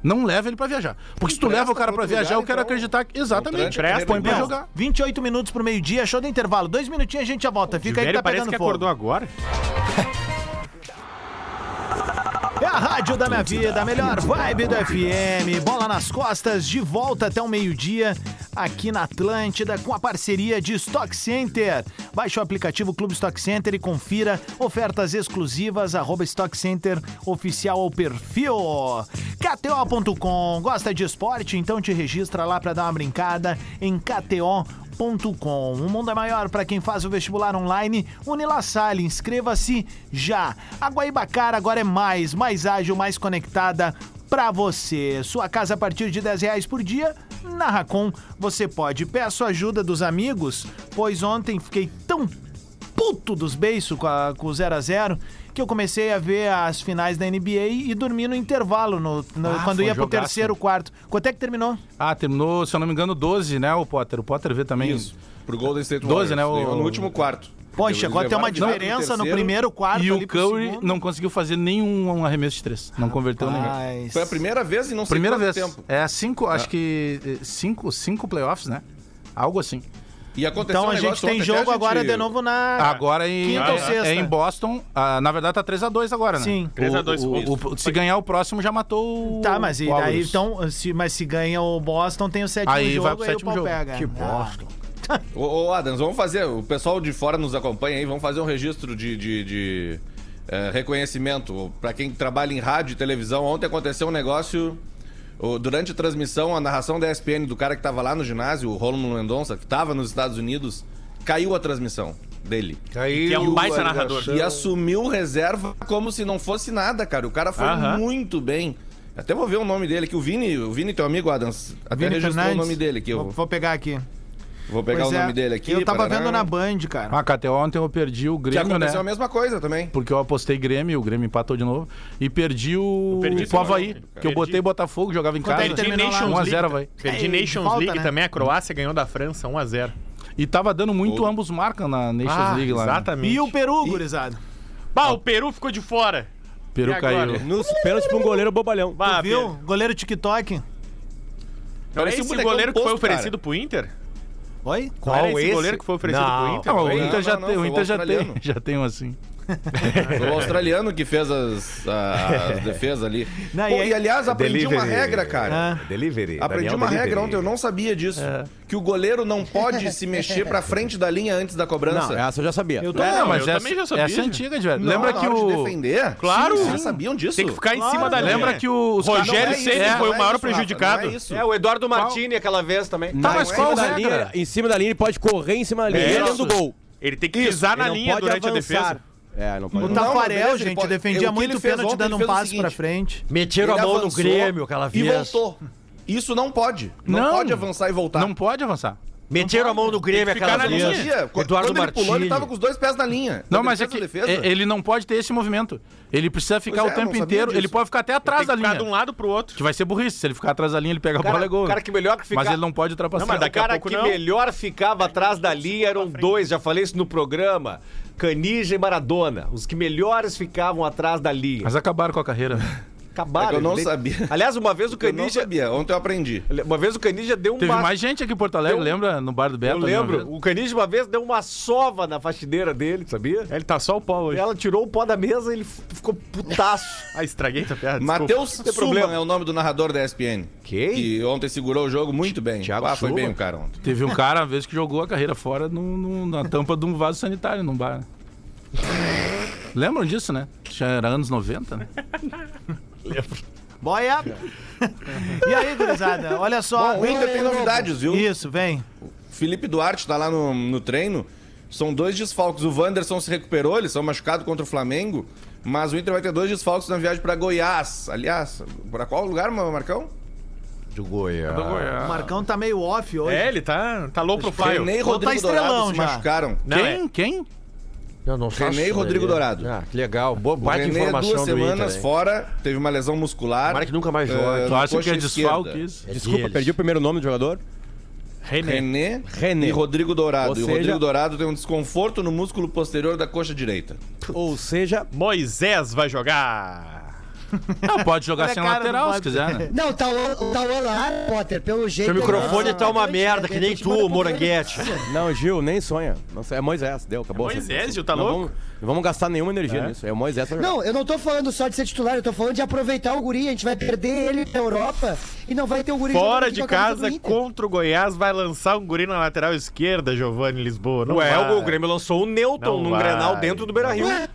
Não leva ele pra viajar. Porque se tu leva o cara pra outro lugar, viajar, eu quero então. acreditar que. Exatamente. Empresta, Põe pra não. jogar. 28 minutos pro meio-dia, show do intervalo. Dois minutinhos a gente já volta. Fica aí que Velho, tá parece pegando que fogo. acordou agora. É a rádio da minha vida, a melhor vibe do FM. Bola nas costas, de volta até o meio-dia, aqui na Atlântida, com a parceria de Stock Center. Baixe o aplicativo Clube Stock Center e confira ofertas exclusivas, arroba Stock Center oficial ao perfil. KTO.com, gosta de esporte? Então te registra lá para dar uma brincada em KTO.com. Com. O mundo é maior para quem faz o vestibular online. Unila Salle, inscreva-se já. A Guaibacara agora é mais, mais ágil, mais conectada pra você. Sua casa a partir de 10 reais por dia, na Racon você pode. Peço ajuda dos amigos, pois ontem fiquei tão puto dos beiços com, a- com o 0x0 que eu comecei a ver as finais da NBA e dormi no intervalo, no- no- Ah, quando foi ia pro jogaço. terceiro, quarto. Quanto é que terminou? Ah, terminou, se eu não me engano, 12, né, o Potter? O Potter vê também. Isso. Pro Golden State 12, né? Warriors. O... assim, No último quarto. Pô, Porque chegou eles a ter uma levaram- não, diferença no terceiro. primeiro quarto. ali pro segundo. não conseguiu fazer nenhum um arremesso de três. Não Ah, converteu nenhum. Foi a primeira vez e não sei Primeira quanto vez. tempo. É cinco, acho É. que eh, cinco, cinco playoffs, né? Algo assim. E aconteceu Então um a gente negócio tem ontem, até jogo a gente- agora de novo na Agora em, Ah, quinta ou é- sexta. é em Boston. ah, na verdade tá 3x2 agora, né? Sim. 3x2. Se ganhar o próximo, já matou o. Tá, mas e o daí Warriors. então, se, mas se ganha o Boston, tem o sétimo Aí jogo, vai pro sétimo aí o pau jogo. pega. Que Ah. bosta. Ô, ô, Adams, vamos fazer. O pessoal de fora nos acompanha aí, vamos fazer um registro de. de- de, eh, reconhecimento. Pra quem trabalha em rádio e televisão, ontem aconteceu um negócio. ô, durante a transmissão, a narração da ESPN do cara que tava lá no ginásio, o Romulo Mendonça, que tava nos Estados Unidos, caiu a transmissão dele. Caiu Que é um baita a narrador. E assumiu reserva como se não fosse nada, cara. O cara foi Aham. muito bem. Até vou ver o nome dele aqui. O Vini, o Vini, teu amigo, Adams, até Vini registrou Fernandes. o nome dele aqui. Eu Vou, vou pegar aqui. vou pegar Pois o é, nome dele aqui. Eu tava parará. vendo na Band, cara. Ah, KTO, ontem eu perdi o Que Grêmio, aconteceu né? a mesma coisa também. Porque eu apostei Grêmio, o Grêmio empatou de novo. E perdi o, perdi pro também, Havaí, cara. que eu Perdi. botei Botafogo, jogava em casa. Perdi Nations League. 1x0, vai. Perdi Nations falta, League né? também. A Croácia ganhou da França 1x0. E tava dando muito, ambos marcam na Nations Ah, League lá. né? exatamente. E o Peru, gurizada? Bah, o Peru ficou de fora. Peru E agora? caiu. Nos pênaltis pra um goleiro bobalhão. Ah, Bah, Viu? Pedro. Goleiro TikTok. Não é Parecia um esse bonecão goleiro que foi posto, cara. oferecido pro Inter? Oi? Qual era esse, goleiro que foi oferecido pro Inter? Não, Ah, o Foi? Inter já não, tem, o foi o Inter já tem, australiano. já tem um assim. Foi o australiano que fez as, a- as defesas ali. Não, Pô, e e, aí- Ah. aliás, É aprendi uma regra, cara. Delivery. Ah. Aprendi Daniel uma Delivery. regra ontem, eu não sabia disso. É. Que o goleiro não pode se mexer pra frente da linha antes da cobrança. Não, assim, essa eu já sabia. Eu tô... É, Não, mas eu essa, também já sabia, essa é já. antiga, velho. Não, Lembra na que hora de o Tá, defender? Claro. Sim, Vocês sabiam disso? Tem que ficar em Claro, cima da né? linha. Lembra que o os Rogério caras- Não é Ceni isso, foi o não é maior isso, Rafa, prejudicado. não é isso. É, o Eduardo Martini aquela vez também. é Tá, mas Em qual cima, da regra? linha, em cima da linha, ele pode correr em cima da linha. É. Ele é dentro do gol. Ele tem que pisar na Ele não linha pode durante avançar. a defesa. É, não O pode. Não, mas Tafarel, beleza, ele gente, pode- é, defendia o que muito ele fez pênalti ontem, dando um ele fez o passo pra seguinte. frente. Meteram Ele a mão no avançou Grêmio aquela E vez. voltou. Isso não pode. Não, Não. pode avançar e voltar. não pode avançar. Meteram a mão no Grêmio Tem que ficar aquela na vez. linha. Podia. Quando Eduardo ele pulou, ele Martini. tava com os dois pés na linha. Não, Quando mas é ele que fez a defesa- é- ele não pode ter esse movimento. Ele precisa ficar Pois o é, tempo não sabia inteiro, ele disso. pode ficar até atrás Tem que da ficar linha. de um lado pro outro. Que vai ser burrice. Se ele ficar atrás da linha, ele pega a Cara, bola e é gol. o cara né? que melhor que fica- Mas ele não pode ultrapassar. Não, mas O daqui a cara pouco que não. melhor ficava atrás da linha eram dois, já falei isso no programa. Canija e Maradona. Os que melhores ficavam atrás da linha. Mas acabaram com a carreira. Acabaram. É que eu não ele- sabia. Aliás, uma vez o Eu não Canija. sabia, ontem eu aprendi. Uma vez o Canija deu um Teve uma. mais gente aqui em Porto Alegre, Eu- lembra? No bar do né? Beto. Eu ali uma lembro. vez. O Canija uma vez deu uma sova na faxineira dele, sabia? É. Ele tá só o pau hoje. Ela tirou o pó da mesa e ele f- ficou putaço. Ah, estraguei tua piada. desculpa. Matheus tem problema. Suman é o nome do narrador da ESPN. Quem? Que ontem segurou o jogo muito bem. Thiago ah, foi Suman? bem o cara ontem. Teve um cara, uma vez, que jogou a carreira fora no- no- na tampa de um vaso sanitário num bar. né? Lembram disso, né? Já era anos 90, né? Boia! e aí, gurizada? Olha só. Bom, o Inter tem novidades, viu? Isso, vem. Felipe Duarte tá lá no, no treino. São dois desfalques. O Wanderson se recuperou, eles são machucados contra o Flamengo. Mas o Inter vai ter dois desfalques na viagem pra Goiás. Aliás, pra qual lugar, Marcão? Do Goiás. O Marcão tá meio off hoje. Ah. É, ele tá, tá low profile. René e Ou tá Rodrigo estrelão Dourado se já. machucaram. Não, é Quem? Quem? Eu não faço René e Rodrigo ideia. Dourado. Ah, que legal. Boa, O baita René, informação duas do semanas Inter, hein? fora, teve uma lesão muscular. Tomara que nunca mais eh, jogue. Tu na acha que é coxa desfalque esquerda. isso? Desculpa, Eles. perdi o primeiro nome do jogador. René. René, René. e Rodrigo Dourado. Ou E o seja- Rodrigo Dourado tem um desconforto no músculo posterior da coxa direita. Ou seja, Moisés vai jogar. Não, pode jogar Olha a sem cara do lateral, se Potter. quiser, né? Não, tá o tá o lá, Potter, pelo jeito. Seu microfone ele- é tá uma merda, que nem Ele te manda tu, pro Moranguete. não, Gil, nem sonha. Não sei, é Moisés, deu, acabou. É Moisés, Gil, tá Não louco? Vamos, não vamos gastar nenhuma energia nisso. É o Moisés vai jogar. Não, eu não tô falando só de ser titular, eu tô falando de aproveitar o guri. A gente vai perder ele na Europa e não vai ter o guri jogando Fora aqui de com a camisa do casa Inter. contra o Goiás, vai lançar um guri na lateral esquerda, Giovanni Lisboa. Não Ué, vai. o Grêmio lançou o Newton Não num vai. Grenal dentro do Beira-Rio. Ué,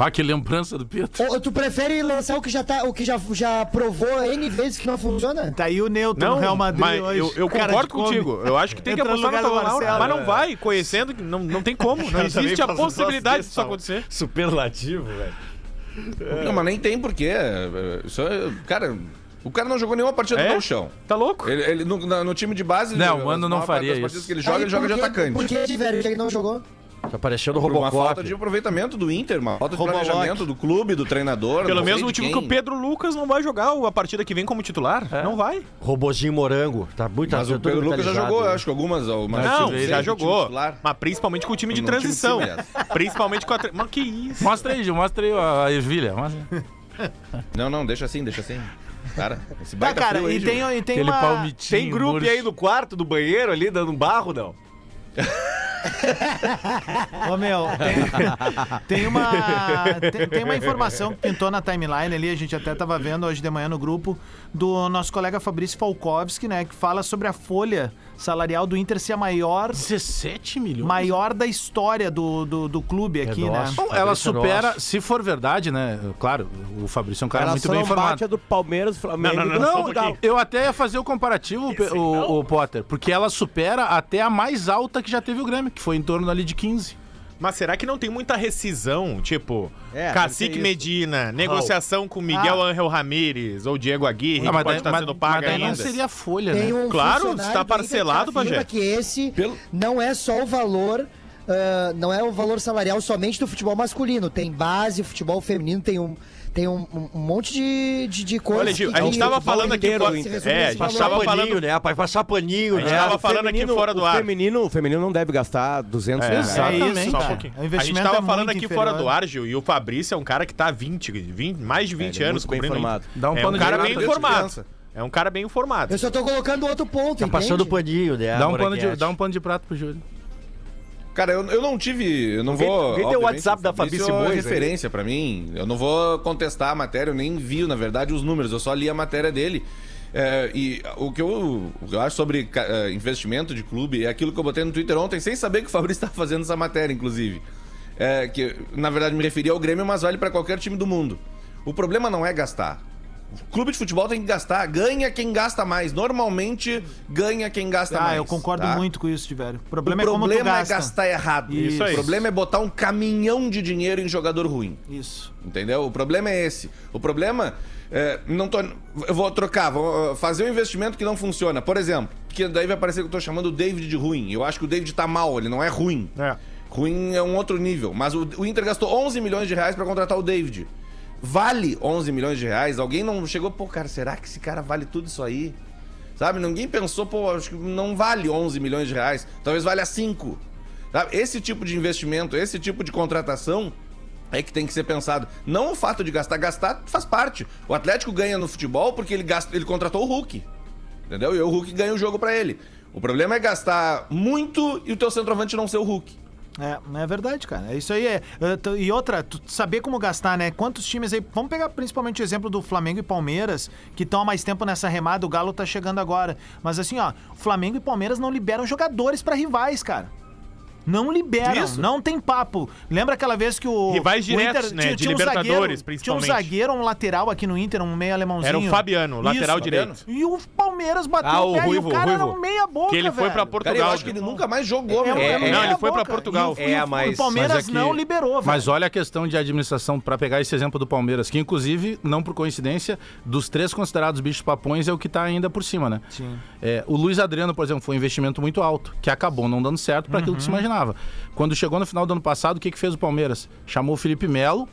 Ah, que lembrança do Pedro. ou- ou tu prefere lançar o que já tá, o que já, já provou N vezes que não funciona? Tá aí o Newton Não, no Real Madrid mas hoje. eu, eu Cara de concordo Kombi. contigo. Eu acho que tem que Entra no apostar no lugar do Paulo Laura, mas Marcelo, É. não vai, assim, conhecendo que não, não tem como. Não existe a possibilidade disso acontecer. Superlativo, velho. Não, mas nem tem porquê. É, Isso é, cara, o cara não jogou nenhuma partida É? no chão. Tá louco? Ele, ele no, na- no time de base. Não, ele- o Mano as não maior faria parte das isso. partidas que ele joga, Aí, ele joga de por que- atacante. Por que, velho, que ele não jogou? Tá parecendo Robocop. Uma falta de aproveitamento do Inter, mano. Falta de Robolock. planejamento do clube, do treinador. Pelo não sei mesmo de motivo que quem. o Pedro Lucas não vai jogar a partida que vem como titular. É. Não vai. Robozinho morango. Tá muito Mas o tudo Pedro Lucas já mentalizado, jogou, né? eu acho que algumas. algumas não, vezes, já no time jogou. titular. Mas principalmente com o time de No time transição. de cima, principalmente com a. tra- Mas que isso? Mostra aí, Gil, mostra aí a a ervilha. Mostra. Não, não, deixa assim, deixa assim. Cara, esse Tá, baita cara, frio aí, e Gil. tem, e tem Aquele uma... palmitinho Tem grupo murcho. aí no quarto do banheiro ali, dando um barro, não? Ô, meu, tem, tem uma, tem, tem uma informação que pintou na timeline ali, a gente até tava vendo hoje de manhã no grupo, do nosso colega Fabrício Falkovski, né, que fala sobre a folha salarial do Inter ser a maior, 17 milhões? maior da história do, do, do clube aqui, né? Bom, ela supera, se for verdade, né? Claro, o Fabrício é um cara Ela muito só bem não bate informado. a do Palmeiras, Flamengo. Não, e do um São não, Paulo. eu até ia fazer o comparativo, pe- o, o Potter, porque ela supera até a mais alta que já teve o Grêmio, que foi em torno ali de 15. Mas será que não tem muita rescisão? Tipo, É, Cacique deve ser Medina, negociação com Miguel Angel Ramírez ou Diego Aguirre, Ah, que pode daí- estar sendo mas paga daí ainda. não seria a folha, Tem né? um Claro, funcionário está do Inter que parcelado, afirma Bagé. que esse Pelo- não é só o valor, ah, não é o valor salarial somente do futebol masculino. Tem base, futebol feminino tem um, tem um, um- um monte de, de, de coisa. Olha, Gil, que- a gente que tava o futebol falando aqui inteiro fora- se resume é, nesse a gente valor. tava Passar falando- paninho, né? Pra passar paninho, A gente né? tava O falando aqui feminino- fora do o ar. Feminino, o feminino não deve gastar 200 É, reais. É isso, Exatamente. Só um cara. pouquinho. O A gente investimento tava é falando muito aqui fora inferior. do ar, Gil, e o Fabrício é um cara que tá há 20, 20 mais de 20 ele é anos muito bem cobrindo informado. isso. Dá um é um pano de cara lata bem pra informado. criança. É um cara bem informado. Eu só tô colocando outro ponto, Tá passando entende? paninho, né? Dá um, pano de, Moraguete. dá um pano de prato pro Júlio. Cara, eu, eu não tive. Eu não vou. alguém deu o obviamente, WhatsApp da Fabi isso Simões É aí? referência pra mim. Eu não vou contestar a matéria, eu nem vi, na verdade, os números, eu só li a matéria dele. É, e o que, eu, o que eu acho sobre ca- eh, investimento de clube é aquilo que eu botei no Twitter ontem, sem saber que o Fabrício estava fazendo essa matéria, inclusive. É, que, na verdade, me referia ao Grêmio, mas vale pra qualquer time do mundo. O problema não é gastar. Clube de futebol tem que gastar. Ganha quem gasta mais. Normalmente ganha quem gasta Ah, mais. eu concordo tá? muito com isso, Tiverio. O O problema, problema é como tu gasta. é gastar errado. Isso aí. O problema é botar um caminhão de dinheiro em jogador ruim. Isso. Entendeu? O problema é esse. O problema. é, não tô, eu vou trocar, vou uh, fazer um investimento que não funciona. Por exemplo, que daí vai parecer que eu tô chamando o David de ruim. Eu acho que o David tá mal, ele não é ruim. É. Ruim é um outro nível. Mas o, o Inter gastou 11 milhões de reais pra contratar o David. Vale 11 milhões de reais? Alguém não chegou, pô, cara, será que esse cara vale tudo isso aí? Sabe? Ninguém pensou, pô, acho que não vale 11 milhões de reais. Talvez valha 5. Sabe? Esse tipo de investimento, esse tipo de contratação é que tem que ser pensado. Não o fato de gastar, gastar faz parte. O Atlético ganha no futebol porque ele, gasta, ele contratou o Hulk. Entendeu? E o Hulk ganha o jogo pra ele. O problema é gastar muito e o teu centroavante não ser o Hulk. É, é verdade, cara. É Isso aí é. eh, tu- E outra, tu saber como gastar, né? Quantos times aí. Vamos pegar principalmente o exemplo do Flamengo e Palmeiras, que estão há mais tempo nessa remada, o Galo tá chegando agora. Mas assim, ó, Flamengo e Palmeiras não liberam jogadores pra rivais, cara. Não liberam, não tem papo. Lembra aquela vez que o. Rivais o diretos, né? De Libertadores, um Tinha um principalmente. zagueiro, um lateral aqui no Inter, um meio alemãozinho. Era o Fabiano, lateral Isso. direito. E o Palmeiras bateu Ah, o o pé Ruivo, e o cara era Ruivo. um meia boca, Que ele foi velho. pra Cara, eu Portugal. acho que ele nunca mais jogou, né? É, meu. é um não, ele meia foi pra boca. Portugal. E o- E, É, o- mas- o Palmeiras mas aqui- não liberou, velho. Mas olha a questão de administração, pra pegar esse exemplo do Palmeiras, que inclusive, não por coincidência, dos três considerados bichos papões é o que tá ainda por cima, né? Sim. o Luiz Adriano, por exemplo, foi um investimento muito alto, que acabou não dando certo para aquilo Uhum. que se imaginava. Quando chegou no final do ano passado, o que, que fez o Palmeiras? Chamou o Felipe Melo,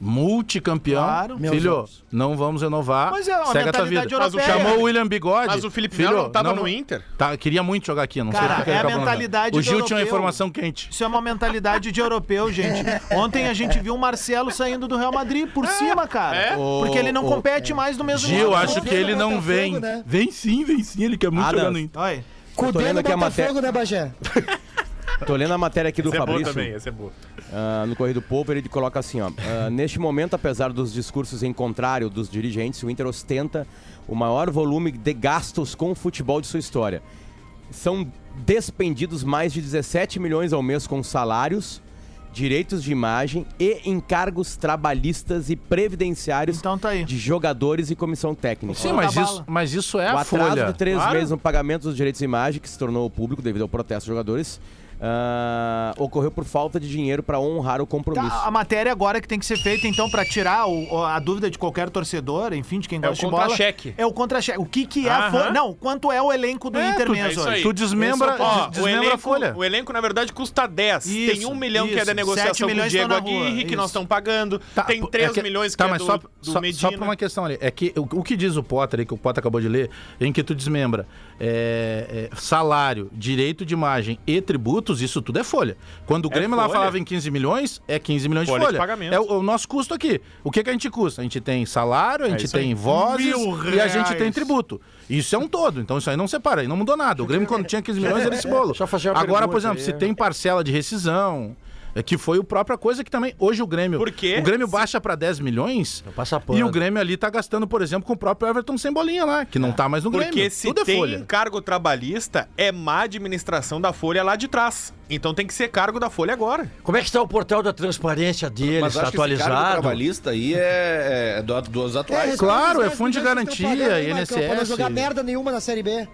multicampeão. Claro. Meus Filho, não vamos renovar. Mas é uma segue a tua mentalidade vida. europeia. Chamou o William Bigode. Mas o Felipe Melo não tava no Inter. Tá, queria muito jogar aqui, não Cara, sei porque é a acabou não jogando. mentalidade O do Gil tinha uma europeu. informação quente. Isso é uma mentalidade de europeu, gente. Ontem a gente viu o Marcelo saindo do Real Madrid por cima, cara. Porque ele não compete mais do mesmo Gil, modo. acho que ele não Botafogo, vem. né? Vem sim, vem sim, ele quer muito Ah, jogar não. no Inter. Olha aí. Tô Cudê lendo no é aqui a Botafogo, matéria. né, Bagé? Tô lendo a matéria aqui do Esse é bom Fabrício. também, esse é bom. Ah, no Correio do Povo, ele coloca assim, ó. ah, Neste momento, apesar dos discursos em contrário dos dirigentes, o Inter ostenta o maior volume de gastos com o futebol de sua história. São despendidos mais de 17 milhões ao mês com salários, direitos de imagem e encargos trabalhistas e previdenciários Então tá aí. de jogadores e comissão técnica. Sim, Bota mas a isso, bala. mas isso é o a atraso folha. de três Claro. meses no pagamento dos direitos de imagem, que se tornou público devido ao protesto dos jogadores, ah, ocorreu por falta de dinheiro para honrar o Tá, compromisso. a matéria agora que tem que ser feita, então, pra tirar o- o- a dúvida de qualquer torcedor, enfim, de quem gosta de bola. contra-cheque. É o contra-cheque. O que que é a Aham. folha? Não, quanto é o elenco do Inter tu- mesmo isso hoje? aí. Tu desmembra- Esse é o ponto. des- desmembra o elenco, a folha. O elenco, na verdade, custa 10. tem Isso, 1 milhão que é isso. da Sete negociação com o milhões Diego estão na rua, Aguirre, que isso. nós estamos pagando. tem pô, 3 é que- milhões que tá, é mas do, só, do só, Medina. Só pra uma questão ali. É que o, o que diz o Potter aí, que o Potter acabou de ler, em que tu desmembra é, é, salário, direito de imagem e tributos, isso tudo é folha. Quando o Grêmio lá folha. falava em 15 milhões, é 15 milhões Folha de de folha. pagamento. é o, é o nosso custo aqui. O que, que a gente custa? A gente tem salário, a gente É isso tem aí. vozes Mil e a gente reais. tem tributo. Isso é um todo. Então isso aí não separa, aí não mudou nada. O Grêmio, quando tinha 15 milhões, era esse bolo. Deixa eu fazer uma Agora, por pergunta exemplo, aí. se tem parcela de rescisão. é Que foi a própria coisa que também. Hoje o Grêmio. Por quê? O Grêmio baixa pra 10 milhões. Passa pano. E o Grêmio ali tá gastando, por exemplo, com o próprio Everton sem bolinha lá, que não tá mais no Grêmio. Porque se Tudo é tem folha. cargo trabalhista, é má administração da folha lá de trás. Então tem que ser cargo da folha agora. Como é que está o portal da transparência tá dele? Mas Está acho que esse cargo atualizado? trabalhista aí é, é do- dos atuais. claro, é Os fundo de milhões que estão garantia, pagando aí, Marcão, Pra não INSS. jogar merda nenhuma na Série B.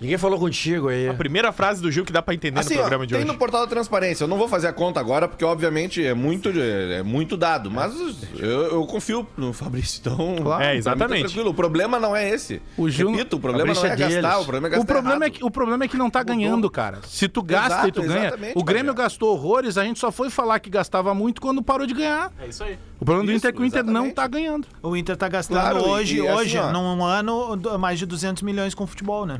Ninguém falou contigo aí. Ah, É. A primeira frase do Gil que dá pra entender Assim, no ó, programa de tem hoje. no portal da transparência. Eu não vou fazer a conta agora, porque obviamente é muito, é, é muito dado. Mas eu, eu confio no Fabrício, então. pra mim tá exatamente. tranquilo. O problema não é esse. O Gil- Repito, o problema Fabrício não é é deles. gastar, o problema é gastar. O problema, é errado. que, o problema é que não tá ganhando, cara. Se tu gasta Exato, e tu ganha. exatamente, O Grêmio Bagé. gastou horrores, a gente só foi falar que gastava muito quando parou de ganhar. É isso aí. O problema do Isso, Inter é que o Inter não exatamente. tá ganhando. O Inter tá gastando Claro, e- hoje, e assim, hoje ó. num ano, do- mais de 200 milhões com futebol, né?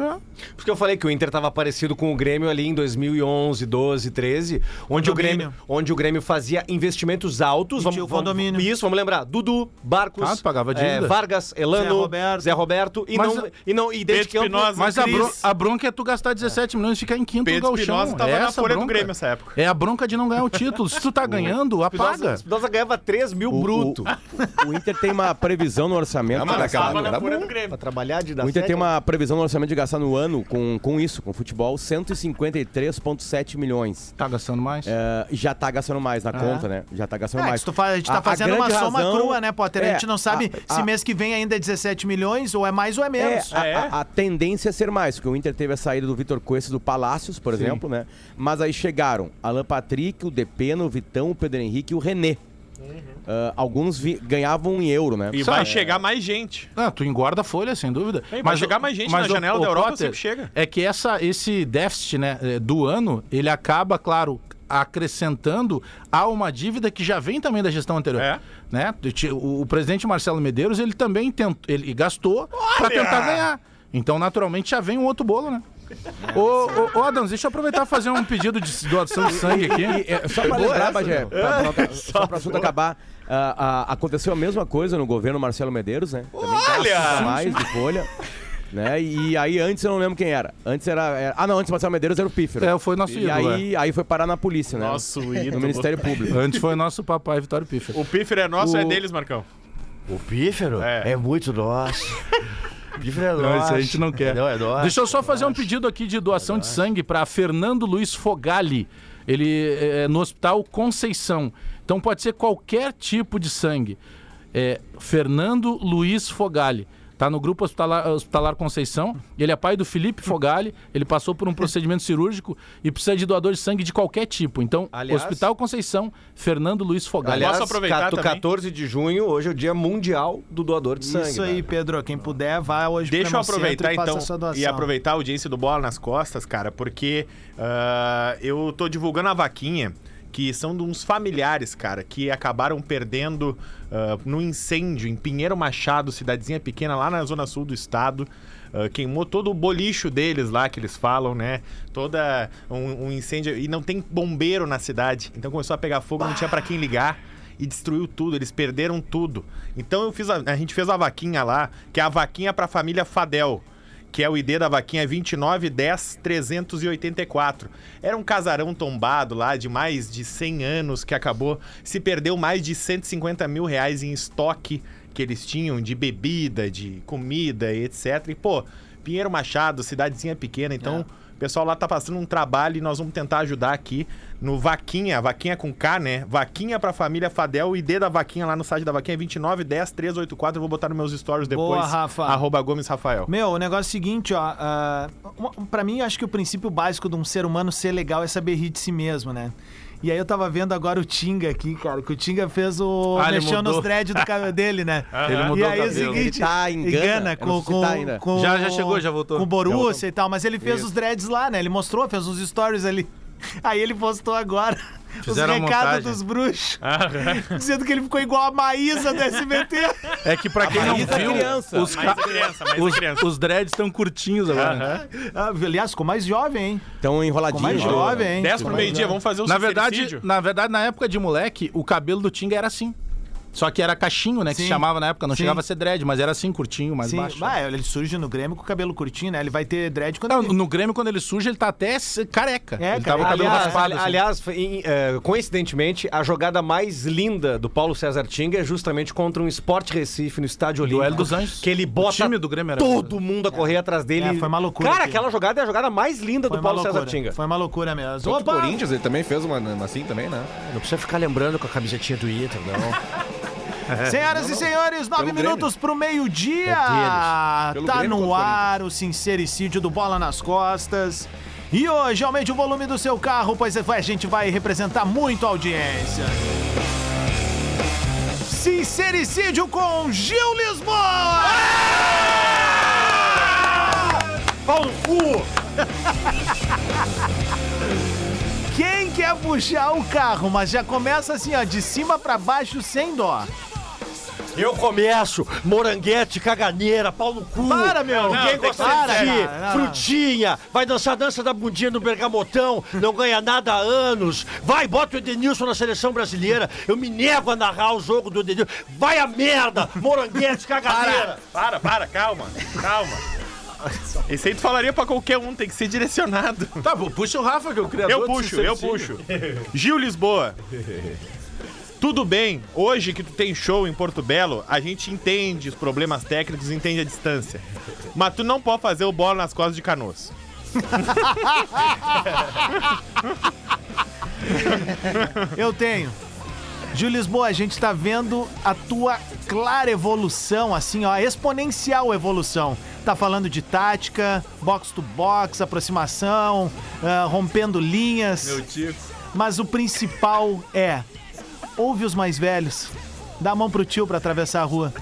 Porque eu falei que o Inter estava parecido com o Grêmio ali em 2011, 12, 13, onde o Condomínio. Grêmio, onde o Grêmio fazia investimentos altos. E tinha o condomínio. Isso, vamos lembrar. Dudu, Barcos, é, Ah, tu pagava dívida. Vargas, Elano, Zé Roberto. Zé Roberto, e, Mas não, a- e não e desde Pedro que eu Espinosa. Mas a, Cris. bron- a bronca é tu gastar 17 milhões e ficar em quinto Pedro no Espinosa gauchão. tava é na essa folha do bronca. Grêmio nessa época. É a bronca de não ganhar o título. Se tu tá ganhando, apaga. Espinosa ganhava 3 mil bruto. O, o Inter tem uma previsão no orçamento. Ah, mas naquela Gastava- época era bom. Pra tá trabalhar de dar O Inter tem certo. uma previsão no orçamento de gastar no ano com, com isso, com futebol, 153,7 milhões. Tá gastando mais. É, já tá gastando mais na conta, né? Já tá gastando Ah. É, mais. se tu fala- a gente tá A- a fazendo uma grande soma razão- crua, né, Potter? a É, gente não sabe a- se a- mês que vem ainda é 17 milhões, ou é mais ou é menos. É, a- a, a tendência é ser mais, porque o Inter teve a saída do Vitor Cuesta do Palácios, por exemplo, né? Mas aí chegaram Alan Patrick, o Depena, o Vitão, o Pedro Henrique e o René. Uhum. Ah, alguns vi- ganhavam em euro, né? E Sabe? vai chegar mais gente. Ah, tu engorda a folha, sem dúvida. vai chegar mais gente na o- janela o da Europa, Potter, sempre chega. É que essa, esse déficit né, eh, do ano, ele acaba, claro, acrescentando a uma dívida que já vem também da gestão anterior. É. Né? Tu ti- O, o presidente Marcelo Medeiros, ele também tentou, ele gastou para tentar ganhar. Então, naturalmente, já vem um outro bolo, né? É. Ô, ô, ô, Adams, deixa eu aproveitar e fazer um pedido de s- doação de sangue aqui. né? É, só pra lembrar, Bagé, pra- pra- só para o assunto acabar, ah, ah, aconteceu a mesma coisa no governo Marcelo Medeiros, né? Também gasta mais de folha. Né? E aí antes eu não lembro quem era. Antes era, era- Ah, não, antes Marcelo Medeiros era o Pífero. É, foi nosso E ídolo, é. aí, aí foi parar na polícia, né? Nosso no ídolo. Ministério Público. Antes foi nosso papai Vitório Piffer. O Pífero é nosso, é deles, Marcão. O pífero É. é, muito nosso. O pífero é Não, nosso. isso a gente não quer. Não, é nosso. Deixa eu só fazer um pedido aqui de doação de sangue para Fernando Luiz Fogali. Ele é no Hospital Conceição. Então pode ser qualquer tipo de sangue. É, Fernando Luiz Fogali. Tá no grupo hospitalar, hospitalar Conceição. Ele é pai do Felipe Fogali. Ele passou por um procedimento cirúrgico e precisa de doador de sangue de qualquer tipo. Então, Aliás- Hospital Conceição, Fernando Luiz Fogali. Aliás, Posso aproveitar catu- também? 14 de junho, hoje é o dia mundial do doador de sangue. Isso aí, velho. Pedro. Quem puder, vá hoje pro Deixa eu Hemocentro aproveitar e faça então a sua doação. e aproveitar a audiência do Bola nas Costas, cara, porque ah, eu tô divulgando a vaquinha que são de uns familiares, cara, que acabaram perdendo ah, no incêndio em Pinheiro Machado, cidadezinha pequena lá na zona sul do estado. Ah, queimou todo o bolicho deles lá, que eles falam, né? Toda um, um incêndio. E não tem bombeiro na cidade. Então começou a pegar fogo, não tinha pra quem ligar e destruiu tudo, eles perderam tudo. Então eu fiz a, a gente fez a vaquinha lá, que é a vaquinha para a família Fadel, que é o ID da vaquinha 2910-384. Era um casarão tombado lá de mais de 100 anos que acabou, se perdeu mais de 150 mil reais em estoque que eles tinham de É. bebida, de comida, e etc. E pô, Pinheiro Machado, cidadezinha pequena, então pessoal lá tá passando um trabalho e nós vamos tentar ajudar aqui no Vaquinha, Vaquinha com K, né? Vaquinha pra família Fadel, o ID da Vaquinha lá no site da Vaquinha é 2910-384. Eu vou botar nos meus stories depois. Boa, Rafa. Arroba Gomes Rafael. Meu, o negócio é o seguinte, ó. ah, uma- pra mim, acho que o princípio básico de um ser humano ser legal é saber rir de si mesmo, né? E aí eu tava vendo agora o Tinga aqui, cara, que o Tinga fez o. Ah, ele mexeu mudou. nos dreads do cabelo dele, né? Ele mudou e o aí é o cabelo. seguinte, Ele tá em Gana, eu não com, sei se com, tá ainda. com- Já- já chegou, já voltou. Com o Já Borussia voltou. e tal, mas ele fez Isso. os dreads lá, né? Ele mostrou, fez uns stories ali. Aí ele postou agora Fizeram a os recados montagem. Ah, dos bruxos, dizendo que ele ficou igual a Maísa do SBT. É que pra quem não Maísa viu, criança. os, Maísa ca- criança, Maísa os, criança. os dreads estão curtinhos agora. né? Ah, aliás, ficou mais jovem, hein? Estão enroladinhos. Ficou mais jovem, hein? Dez pro Ficou meio-dia, mais vamos fazer o na verdade, sincericídio? na verdade, na época de moleque, o cabelo do Tinga era assim. Só que era cachinho, né? Que Sim. se chamava na época. Não Sim. chegava a ser dread, mas era assim, curtinho, mais Sim, baixo. ah, ele surge no Grêmio com o cabelo curtinho, né? Ele vai ter dread quando Não, ele... no Grêmio, quando ele surge, ele tá até se- careca. É, ele cara, tava com o cabelo aliás, raspado. assim. Aliás, foi em- eh, coincidentemente, a jogada mais linda do Paulo César Tinga é justamente contra um Sport Recife no Estádio Olímpico. Duelo dos Anjos. Que ele bota time do Grêmio era- todo mundo a correr atrás dele. É, foi uma loucura Cara, aquilo. aquela jogada é a jogada mais linda Foi do uma Paulo César loucura. Tinga. Foi uma loucura mesmo. Contra Opa! o Corinthians, ele também fez uma uma assim também, né? Não precisa ficar lembrando com a camisetinha do Inter, não. Senhoras e senhores, nove É. Pelo minutos pro meio-dia. É Pelo tá Grêmio no contra o ar o sincericídio do Bola nas Costas. E hoje, aumente o volume do seu carro, pois a gente vai representar muito a audiência. Sincericídio com Gil Lisboa! É! Pau no cu! Quem quer puxar o carro, mas já começa assim, ó, de cima pra baixo, sem dó. Eu começo, moranguete, caganeira, pau no cu. Para, meu! Ninguém Não, tem gosta que ser de ti. sério. Não, não, não. Frutinha, vai dançar a dança da bundinha no Bergamotão, não ganha nada há anos. Vai, bota o Edenilson na seleção brasileira. Eu me nego a narrar o jogo do Edenilson. Vai a merda, moranguete, caganeira. Para, para, calma, calma. Esse aí tu falaria pra qualquer um, tem que ser direcionado. Tá, pô, puxa o Rafa, que é o criador Eu do puxo, eu puxo. sincericídio. Gil Lisboa. Tudo bem, hoje que tu tem show em Porto Belo, a gente entende os problemas técnicos, entende a distância. Mas tu não pode fazer o bola nas costas de Canoas. Eu tenho. Gil Lisboa, a gente tá vendo a tua clara evolução, assim, ó, exponencial evolução. Tá falando de tática, box to box, aproximação, ah, rompendo linhas. Meu tio. Mas o principal é, ouve os mais velhos. Dá a mão pro tio pra atravessar a rua.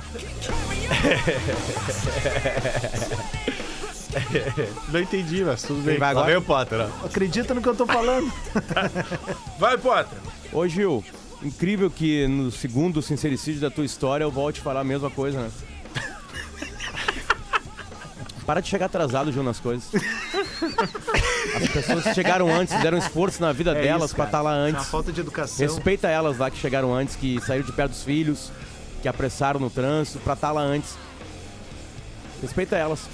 Não entendi, mas tudo né? bem. Vai agora? Acredita no que eu tô falando? Vai, Potter. Ô Gil, incrível que no segundo sincericídio da tua história eu volte a falar a mesma coisa, né? Para de chegar atrasado, Gil, nas coisas. As pessoas chegaram antes, fizeram esforço na vida É delas isso, pra cara. estar lá A antes. falta de um- educação. Respeita elas lá que chegaram antes, que saíram de perto dos filhos, que apressaram no trânsito, pra estar lá antes. Respeita elas.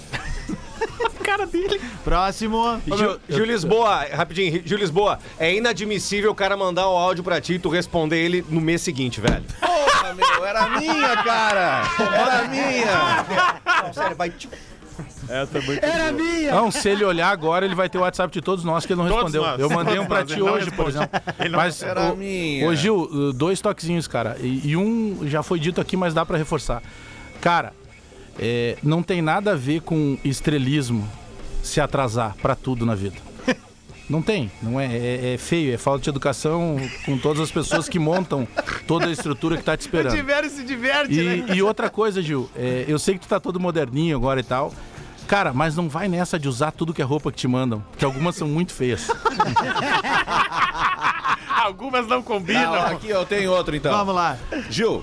Próximo. Gil, Gil Lisboa, rapidinho, Gil Lisboa, é inadmissível o cara mandar um áudio pra ti e tu responder ele no mês seguinte, velho. Porra, meu, era minha, cara! Era minha! Tá, Era minha! Não, se ele olhar agora, ele vai ter o WhatsApp de todos nós que ele não Todos respondeu. nós. Eu mandei um pra Todos ti nós, ele não hoje, por exemplo. Mas, Era ô, minha. ô, Gil, dois toquezinhos, cara. E, e um já foi dito aqui, mas dá pra reforçar. Cara, é, não tem nada a ver com estrelismo se atrasar pra tudo na vida. Não tem, não é, é, é feio, é falta de educação com todas as pessoas que montam toda a estrutura que tá te esperando. Tiveram se diverte, né? E, e outra coisa, Gil, é, eu sei que tu tá todo moderninho agora e tal. Cara, mas não vai nessa de usar tudo que é roupa que te mandam, porque algumas são muito feias. Tá Algumas não combinam. Tá, ó, aqui eu tenho outro então. Vamos lá. Gil,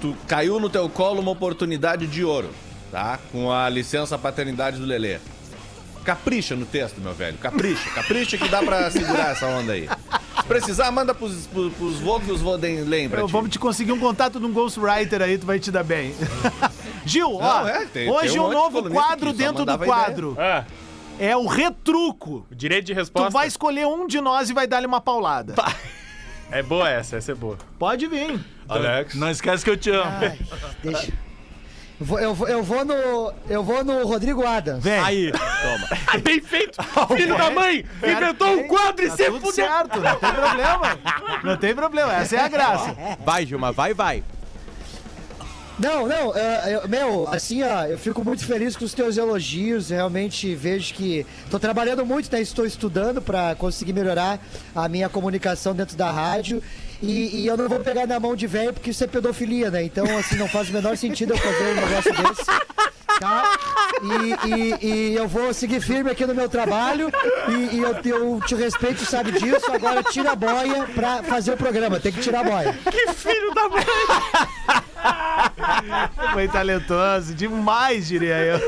tu caiu no teu colo uma oportunidade de ouro, tá? Com a licença paternidade do Lelê. Capricha no texto, meu velho. Capricha. Capricha que dá pra segurar essa onda aí. Se precisar, manda pros, pros, pros vô que os vô deem lem pra Eu- ti. vamos te conseguir um contato de um ghostwriter aí, tu vai te dar bem. Gil, ó, Não, é, tem- hoje tem um um monte de novo colunista quadro que só dentro do mandava ideia. quadro. Ah, É o retruco. direito de Tu resposta. vai escolher um de nós e vai dar-lhe uma paulada. Tá. É boa essa, essa é boa. Pode vir. Alex. Não esquece que eu te amo. Ai, Ah. deixa. Vou- Eu vou, eu vou no. Eu vou no Rodrigo Adams. Vem. Aí, Toma. Bem feito! Filho da mãe! Inventou um quadro e Tá se tudo fudeu! certo, não tem problema. Não tem problema, essa é a Tá graça. Vai, Gilmar, vai, vai. Não, não, é, eu- meu, assim, ó, eu fico muito feliz com os teus elogios, realmente vejo que tô trabalhando muito, né, estou estudando para conseguir melhorar a minha comunicação dentro da rádio e, e eu não vou pegar na mão de velho porque isso é pedofilia, né, então, assim, não faz o menor sentido eu fazer um negócio desse. Tá? E, e- e eu vou seguir firme aqui no meu trabalho e, e eu, eu te respeito, sabe disso. Agora tira a boia pra fazer o programa, tem que tirar a boia. Foi talentoso, demais, diria eu.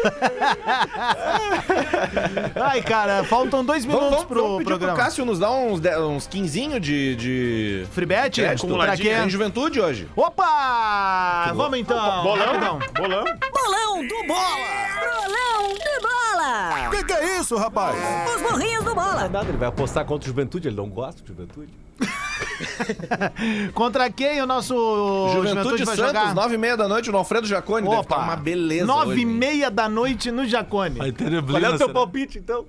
Ai, cara, faltam dois Vamos, minutos vamos, pro vamos pedir pro programa. Cássio nos dar uns, de- uns quinzinho de... de... Free bet? é Crédito. pra quê? Tem juventude hoje. Opa! Vamos então. Bolão, bolão. Bolão do Bola! Bolão do Bola! Que que é isso, rapaz? Os burrinhos do Bola! Nada, ele vai apostar contra o Juventude, ele não gosta de Juventude. Contra quem o nosso Juventude, Juventude, vai Santos, jogar? nove e meia da noite no Alfredo Jacone. Deve Opa. tá uma beleza Nove hoje, e hein? meia da noite no Jacone. Qual é o teu palpite, então?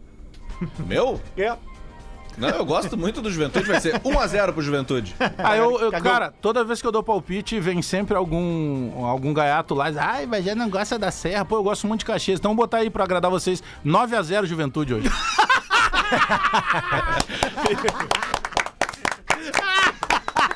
Meu? É. Não, eu gosto muito do Juventude. Vai ser 1x0 pro Juventude. Ah, eu, eu- cara, toda vez que eu dou palpite, vem sempre algum, algum gaiato lá e diz, ai, mas já não gosta da Serra. Pô, eu gosto muito de Caxias. Então vou botar aí pra agradar vocês. 9x0 Juventude hoje.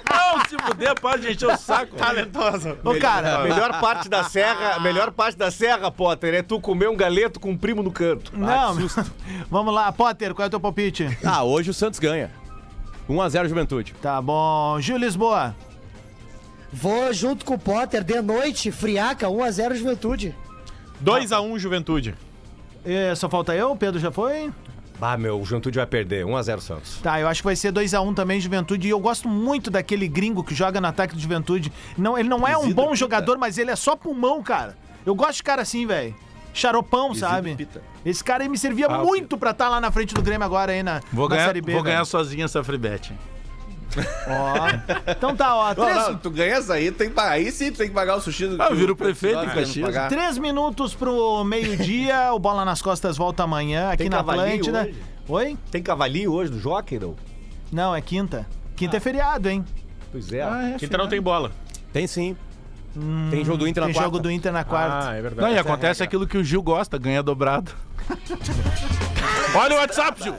Não, se fuder, pode encher o saco. Talentoso. Ô, cara, Melhor parte da serra, melhor parte da serra, Potter, é tu comer um galeto com um primo no canto. tá não. Vamos lá, Potter, qual é o teu palpite? Ah, hoje o Santos ganha. 1x0 Juventude. Tá bom. Gil Lisboa. Vou junto com o Potter de noite, friaca, 1x0 Juventude. 2x1 Juventude. É, só falta eu? O Pedro já foi? Ah, meu, o Juventude vai perder. 1x0 Santos. Tá, eu acho que vai ser 2x1 também, Juventude. E eu gosto muito daquele gringo que joga no ataque do Juventude. Não, ele não é um Isido bom Pita. jogador, mas ele é só pulmão, cara. Eu gosto de cara assim, velho. Charopão, sabe? Pita. Esse cara aí me servia muito pra estar lá na frente do Grêmio agora aí na, Ah, Vou na ganhar, Série B. vou velho. ganhar sozinho essa free bet. Ó. Então tá, ó. Não, Três, não, tu ganha essa aí, tem que pagar. Aí sim tu tem que pagar o sushi do Ah, eu viro que prefeito em tá querendo Caxias. pagar. três minutos pro meio-dia. o Bola nas Costas volta amanhã aqui Tem na cavalinho Atlântida. hoje? Oi? Tem cavalinho hoje no Jockey, não? Não, é quinta. Ah. Quinta é feriado, hein? Pois é. Quinta não tem bola. Hum, Tem sim. tem jogo do Inter na Tem quarta. jogo do Inter na quarta. é verdade. Não, e acontece aquilo que o Gil gosta, ganha dobrado. Olha o WhatsApp, Gil.